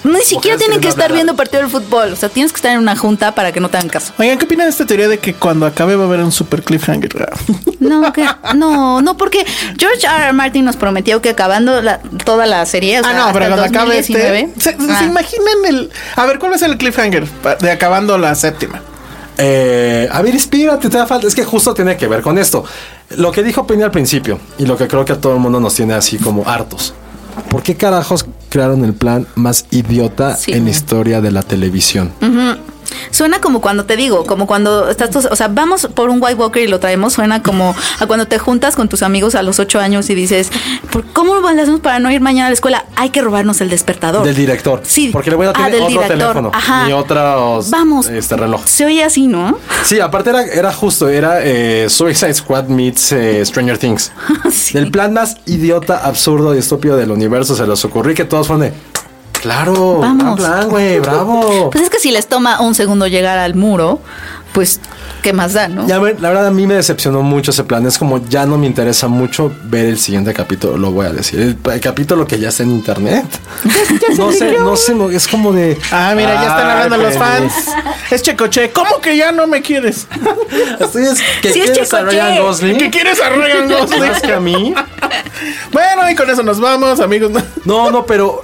Speaker 7: Ni siquiera
Speaker 6: Mujeres
Speaker 7: tienen que
Speaker 6: queriendo
Speaker 7: estar
Speaker 6: hablar.
Speaker 7: viendo partido del fútbol. O sea, tienes que estar en una junta para que no te hagan caso.
Speaker 6: Oigan, ¿qué opinan de esta teoría de que cuando acabe va a haber un super cliffhanger?
Speaker 7: Ah, No, que, no, no, porque George R. R. Martin nos prometió que acabando la- toda la serie, o
Speaker 6: ah,
Speaker 7: sea,
Speaker 6: no, pero
Speaker 7: hasta el
Speaker 6: cuando acabe este.
Speaker 7: 2019.
Speaker 6: ¿Se, se
Speaker 7: Ah.
Speaker 6: imaginan el. A ver, ¿cuál va a ser el cliffhanger pa- de acabando la séptima?
Speaker 5: Eh, a ver, inspírate, te da falta. Es que justo tiene que ver con esto. Lo que dijo Penny al principio y lo que creo que a todo el mundo nos tiene así como hartos. ¿Por qué carajos crearon el plan más idiota
Speaker 7: Sí.
Speaker 5: en la historia de la televisión?
Speaker 7: Suena como cuando te digo, como cuando estás, tos- o sea, vamos por un White Walker y lo traemos. Suena como a cuando te juntas con tus amigos a los ocho años y dices, ¿por cómo lo hacemos para no ir mañana a la escuela? Hay que robarnos el despertador.
Speaker 5: Del director.
Speaker 7: Sí.
Speaker 5: Porque le voy a
Speaker 7: Ah,
Speaker 5: tener
Speaker 7: del
Speaker 5: otro
Speaker 7: director.
Speaker 5: teléfono.
Speaker 7: Ajá.
Speaker 5: Y otros.
Speaker 7: Vamos.
Speaker 5: Este reloj.
Speaker 7: Se oye así, ¿no?
Speaker 5: Sí, aparte era, era justo, era eh, Suicide Squad meets eh, Stranger Things.
Speaker 7: Sí.
Speaker 5: El plan más idiota, absurdo y estúpido del universo se los ocurrió y que todos fueron de. Claro, gran
Speaker 7: Vamos.
Speaker 5: plan, güey, bravo.
Speaker 7: Pues es que si les toma un segundo llegar al muro, pues, ¿qué más da, no?
Speaker 5: Ya, ver, la verdad a mí me decepcionó mucho ese plan. Es como ya no me interesa mucho ver el siguiente capítulo, lo voy a decir. El, el capítulo que ya está en internet.
Speaker 7: Pues,
Speaker 5: no sé, no sé, no, es como de...
Speaker 6: Ah, mira, ya están hablando los
Speaker 5: Penny.
Speaker 6: fans. Es Checoche. ¿Cómo que ya no me quieres?
Speaker 5: Así es, que
Speaker 7: Sí, es
Speaker 5: quieres a
Speaker 7: Checoche.
Speaker 5: Ryan Gosling.
Speaker 6: ¿Qué quieres a Ryan Gosling?
Speaker 5: más que a mí.
Speaker 6: Bueno, y con eso nos vamos, amigos.
Speaker 5: No, no, pero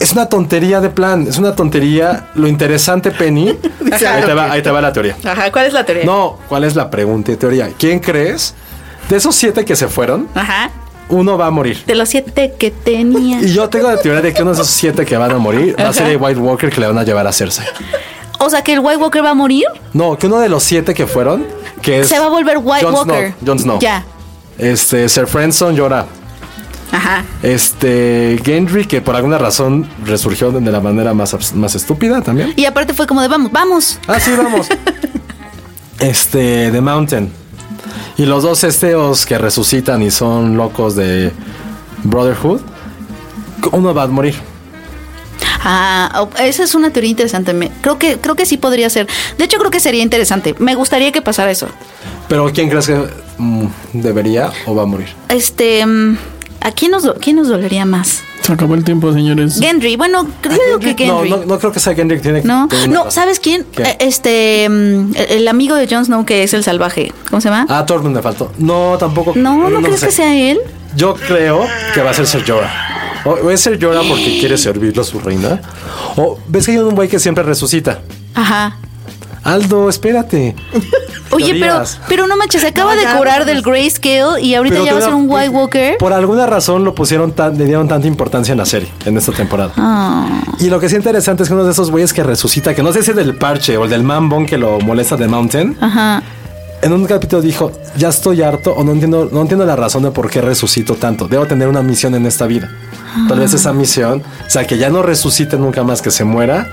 Speaker 5: es una tontería de plan. Es una tontería. Lo interesante, Penny.
Speaker 6: Dice
Speaker 5: ahí,
Speaker 6: algo
Speaker 5: te va,
Speaker 6: que-
Speaker 5: ahí te va la teoría.
Speaker 7: Ajá, ¿cuál es la teoría?
Speaker 5: No, ¿cuál es la pregunta y teoría? ¿Quién crees? De esos siete que se fueron,
Speaker 7: Ajá.
Speaker 5: uno va a morir.
Speaker 7: De los siete que tenía.
Speaker 5: Y yo tengo la teoría de que uno de esos siete que van a morir va a ser el White Walker que le van a llevar a Cersei.
Speaker 7: O sea, que el White Walker va a morir.
Speaker 5: No, que uno de los siete que fueron, que es.
Speaker 7: Se va a volver White
Speaker 5: Jon
Speaker 7: Walker.
Speaker 5: Snow, Jon Snow.
Speaker 7: Ya.
Speaker 5: Este, Sir Friendson llora.
Speaker 7: Ajá.
Speaker 5: Este, Gendry, que por alguna razón resurgió de la manera más, abs- más estúpida también.
Speaker 7: Y aparte fue como de vamos, vamos.
Speaker 5: Ah, sí, vamos. este, The Mountain. Y los dos esteos que resucitan y son locos de Brotherhood. Uno va a morir.
Speaker 7: Ah, o- esa es una teoría interesante. Me- Creo que, creo que sí podría ser. De hecho, creo que sería interesante. Me gustaría que pasara eso.
Speaker 5: Pero ¿quién crees que mm, debería o va a morir?
Speaker 7: Este. mm, ¿A quién nos, do- quién nos dolería más?
Speaker 6: Se acabó el tiempo, señores.
Speaker 7: Gendry. Bueno, creo que
Speaker 5: Ah, No,
Speaker 7: Gendry.
Speaker 5: no, no creo que sea Gendry. Tiene que
Speaker 7: No,
Speaker 5: tiene una
Speaker 7: no,
Speaker 5: razón.
Speaker 7: ¿sabes quién?
Speaker 5: ¿Qué?
Speaker 7: Eh, Este, mm, el el amigo de Jon Snow que es el salvaje. ¿Cómo se llama?
Speaker 5: Ah, Tormund me faltó. No, tampoco.
Speaker 7: no, no, crees
Speaker 5: sé.
Speaker 7: que sea él.
Speaker 5: Yo creo que va a ser Ser Jorah. O, o es Ser Jorah porque quiere servirle a su reina. O ves que hay un güey que siempre resucita.
Speaker 7: Ajá.
Speaker 5: Aldo, espérate.
Speaker 7: Oye, pero,
Speaker 5: Teorías.
Speaker 7: pero no manches, se acaba
Speaker 6: No,
Speaker 7: de
Speaker 6: ya,
Speaker 7: curar
Speaker 6: no,
Speaker 7: del grayscale y ahorita
Speaker 5: Pero
Speaker 7: ya va a
Speaker 5: te
Speaker 7: ser
Speaker 5: da-
Speaker 7: un White Walker.
Speaker 5: Por alguna razón lo pusieron tan, le dieron tanta importancia en la serie, en esta temporada.
Speaker 7: Ah.
Speaker 5: Y lo que sí es interesante es que uno de esos güeyes que resucita, que no sé si es el del parche o el del mambón que lo molesta de Mountain,
Speaker 7: Ajá.
Speaker 5: en un capítulo dijo, ya estoy harto o no entiendo, no entiendo la razón de por qué resucito tanto. Debo tener una misión en esta vida. Tal
Speaker 7: Ah.
Speaker 5: vez esa misión, o sea, que ya no resucite nunca más, que se muera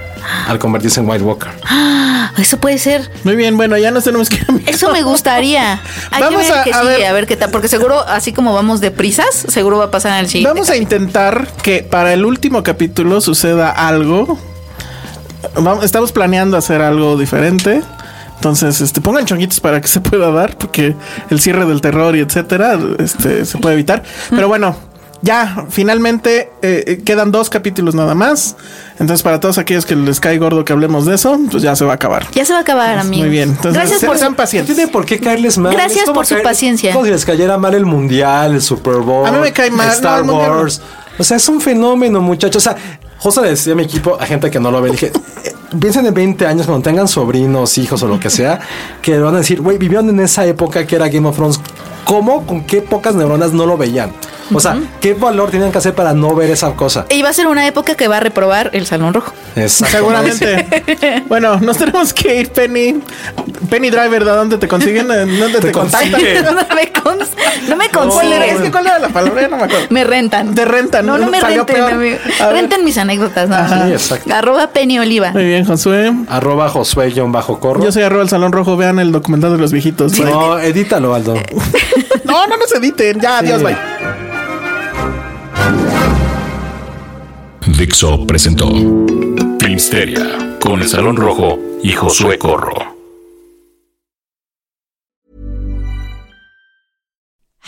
Speaker 5: al convertirse en White Walker.
Speaker 7: Ah, Eso puede ser.
Speaker 6: Muy bien, bueno, ya nos tenemos que ir. amigos.
Speaker 7: Eso me gustaría. Hay
Speaker 6: Vamos
Speaker 7: que ver
Speaker 6: a-
Speaker 7: qué
Speaker 6: a
Speaker 7: sigue,
Speaker 6: ver.
Speaker 7: a ver qué tal. Porque seguro, así como vamos de prisas, seguro va a pasar en el siguiente.
Speaker 6: Vamos a intentar que para el último capítulo suceda algo. Vamos- estamos planeando hacer algo diferente. Entonces, este, pongan chonguitos para que se pueda dar, porque el cierre del terror y etcétera, este, se puede evitar. Pero bueno, ya, finalmente eh, eh, quedan dos capítulos nada más. Entonces, para todos aquellos que les cae gordo que hablemos de eso, pues ya se va a acabar.
Speaker 7: Ya se va a acabar, amigos.
Speaker 6: bien, entonces,
Speaker 7: Gracias
Speaker 6: se-
Speaker 7: por
Speaker 6: sean
Speaker 7: su-
Speaker 5: No
Speaker 6: pacientes.
Speaker 5: Pues tiene por qué caerles mal.
Speaker 7: Gracias
Speaker 5: Es como
Speaker 7: por su
Speaker 5: caer-
Speaker 7: paciencia.
Speaker 5: es Como si les cayera mal el mundial, el Super Bowl.
Speaker 6: A mí me cae mal,
Speaker 5: Star
Speaker 6: no, el Mundial no.
Speaker 5: Wars. O sea, es un fenómeno, muchachos. O sea, justo le decía a mi equipo, a gente que no lo ve, dije, eh, piensen en 20 años, cuando tengan sobrinos, hijos o lo que sea, que van a decir, güey, vivieron en esa época que era Game of Thrones. ¿Cómo? ¿Con qué pocas neuronas no lo veían? O sea, ¿qué valor tenían que hacer para no ver esa cosa?
Speaker 7: Y va a ser una época que va a reprobar el Salón Rojo.
Speaker 5: Exacto.
Speaker 6: Seguramente. bueno, nos tenemos que ir, Penny. Penny Driver, ¿de dónde te consiguen? ¿En ¿Dónde te, contactan?
Speaker 7: no me, cons- no
Speaker 6: ¿Cuál
Speaker 7: me
Speaker 6: era?
Speaker 7: consiguen.
Speaker 6: Es que ¿Cuál era la palabra? Ya No me acuerdo.
Speaker 7: Me rentan.
Speaker 6: Te rentan.
Speaker 7: No, no me
Speaker 6: Salió
Speaker 7: renten,
Speaker 6: peor.
Speaker 7: amigo.
Speaker 6: A ver.
Speaker 7: Renten mis anécdotas, no.
Speaker 6: Ajá.
Speaker 5: Sí, exacto.
Speaker 7: Arroba Penny Oliva.
Speaker 6: Muy bien, Josué.
Speaker 5: Arroba Josué-Corro.
Speaker 6: Yo soy arroba el Salón Rojo. Vean el documental de los viejitos.
Speaker 5: No, edítalo, Aldo.
Speaker 7: Eh,
Speaker 6: No, no nos editen. Ya, adiós, bye.
Speaker 3: Dixo presentó Filmsteria con el Salón Rojo y Josué Corro.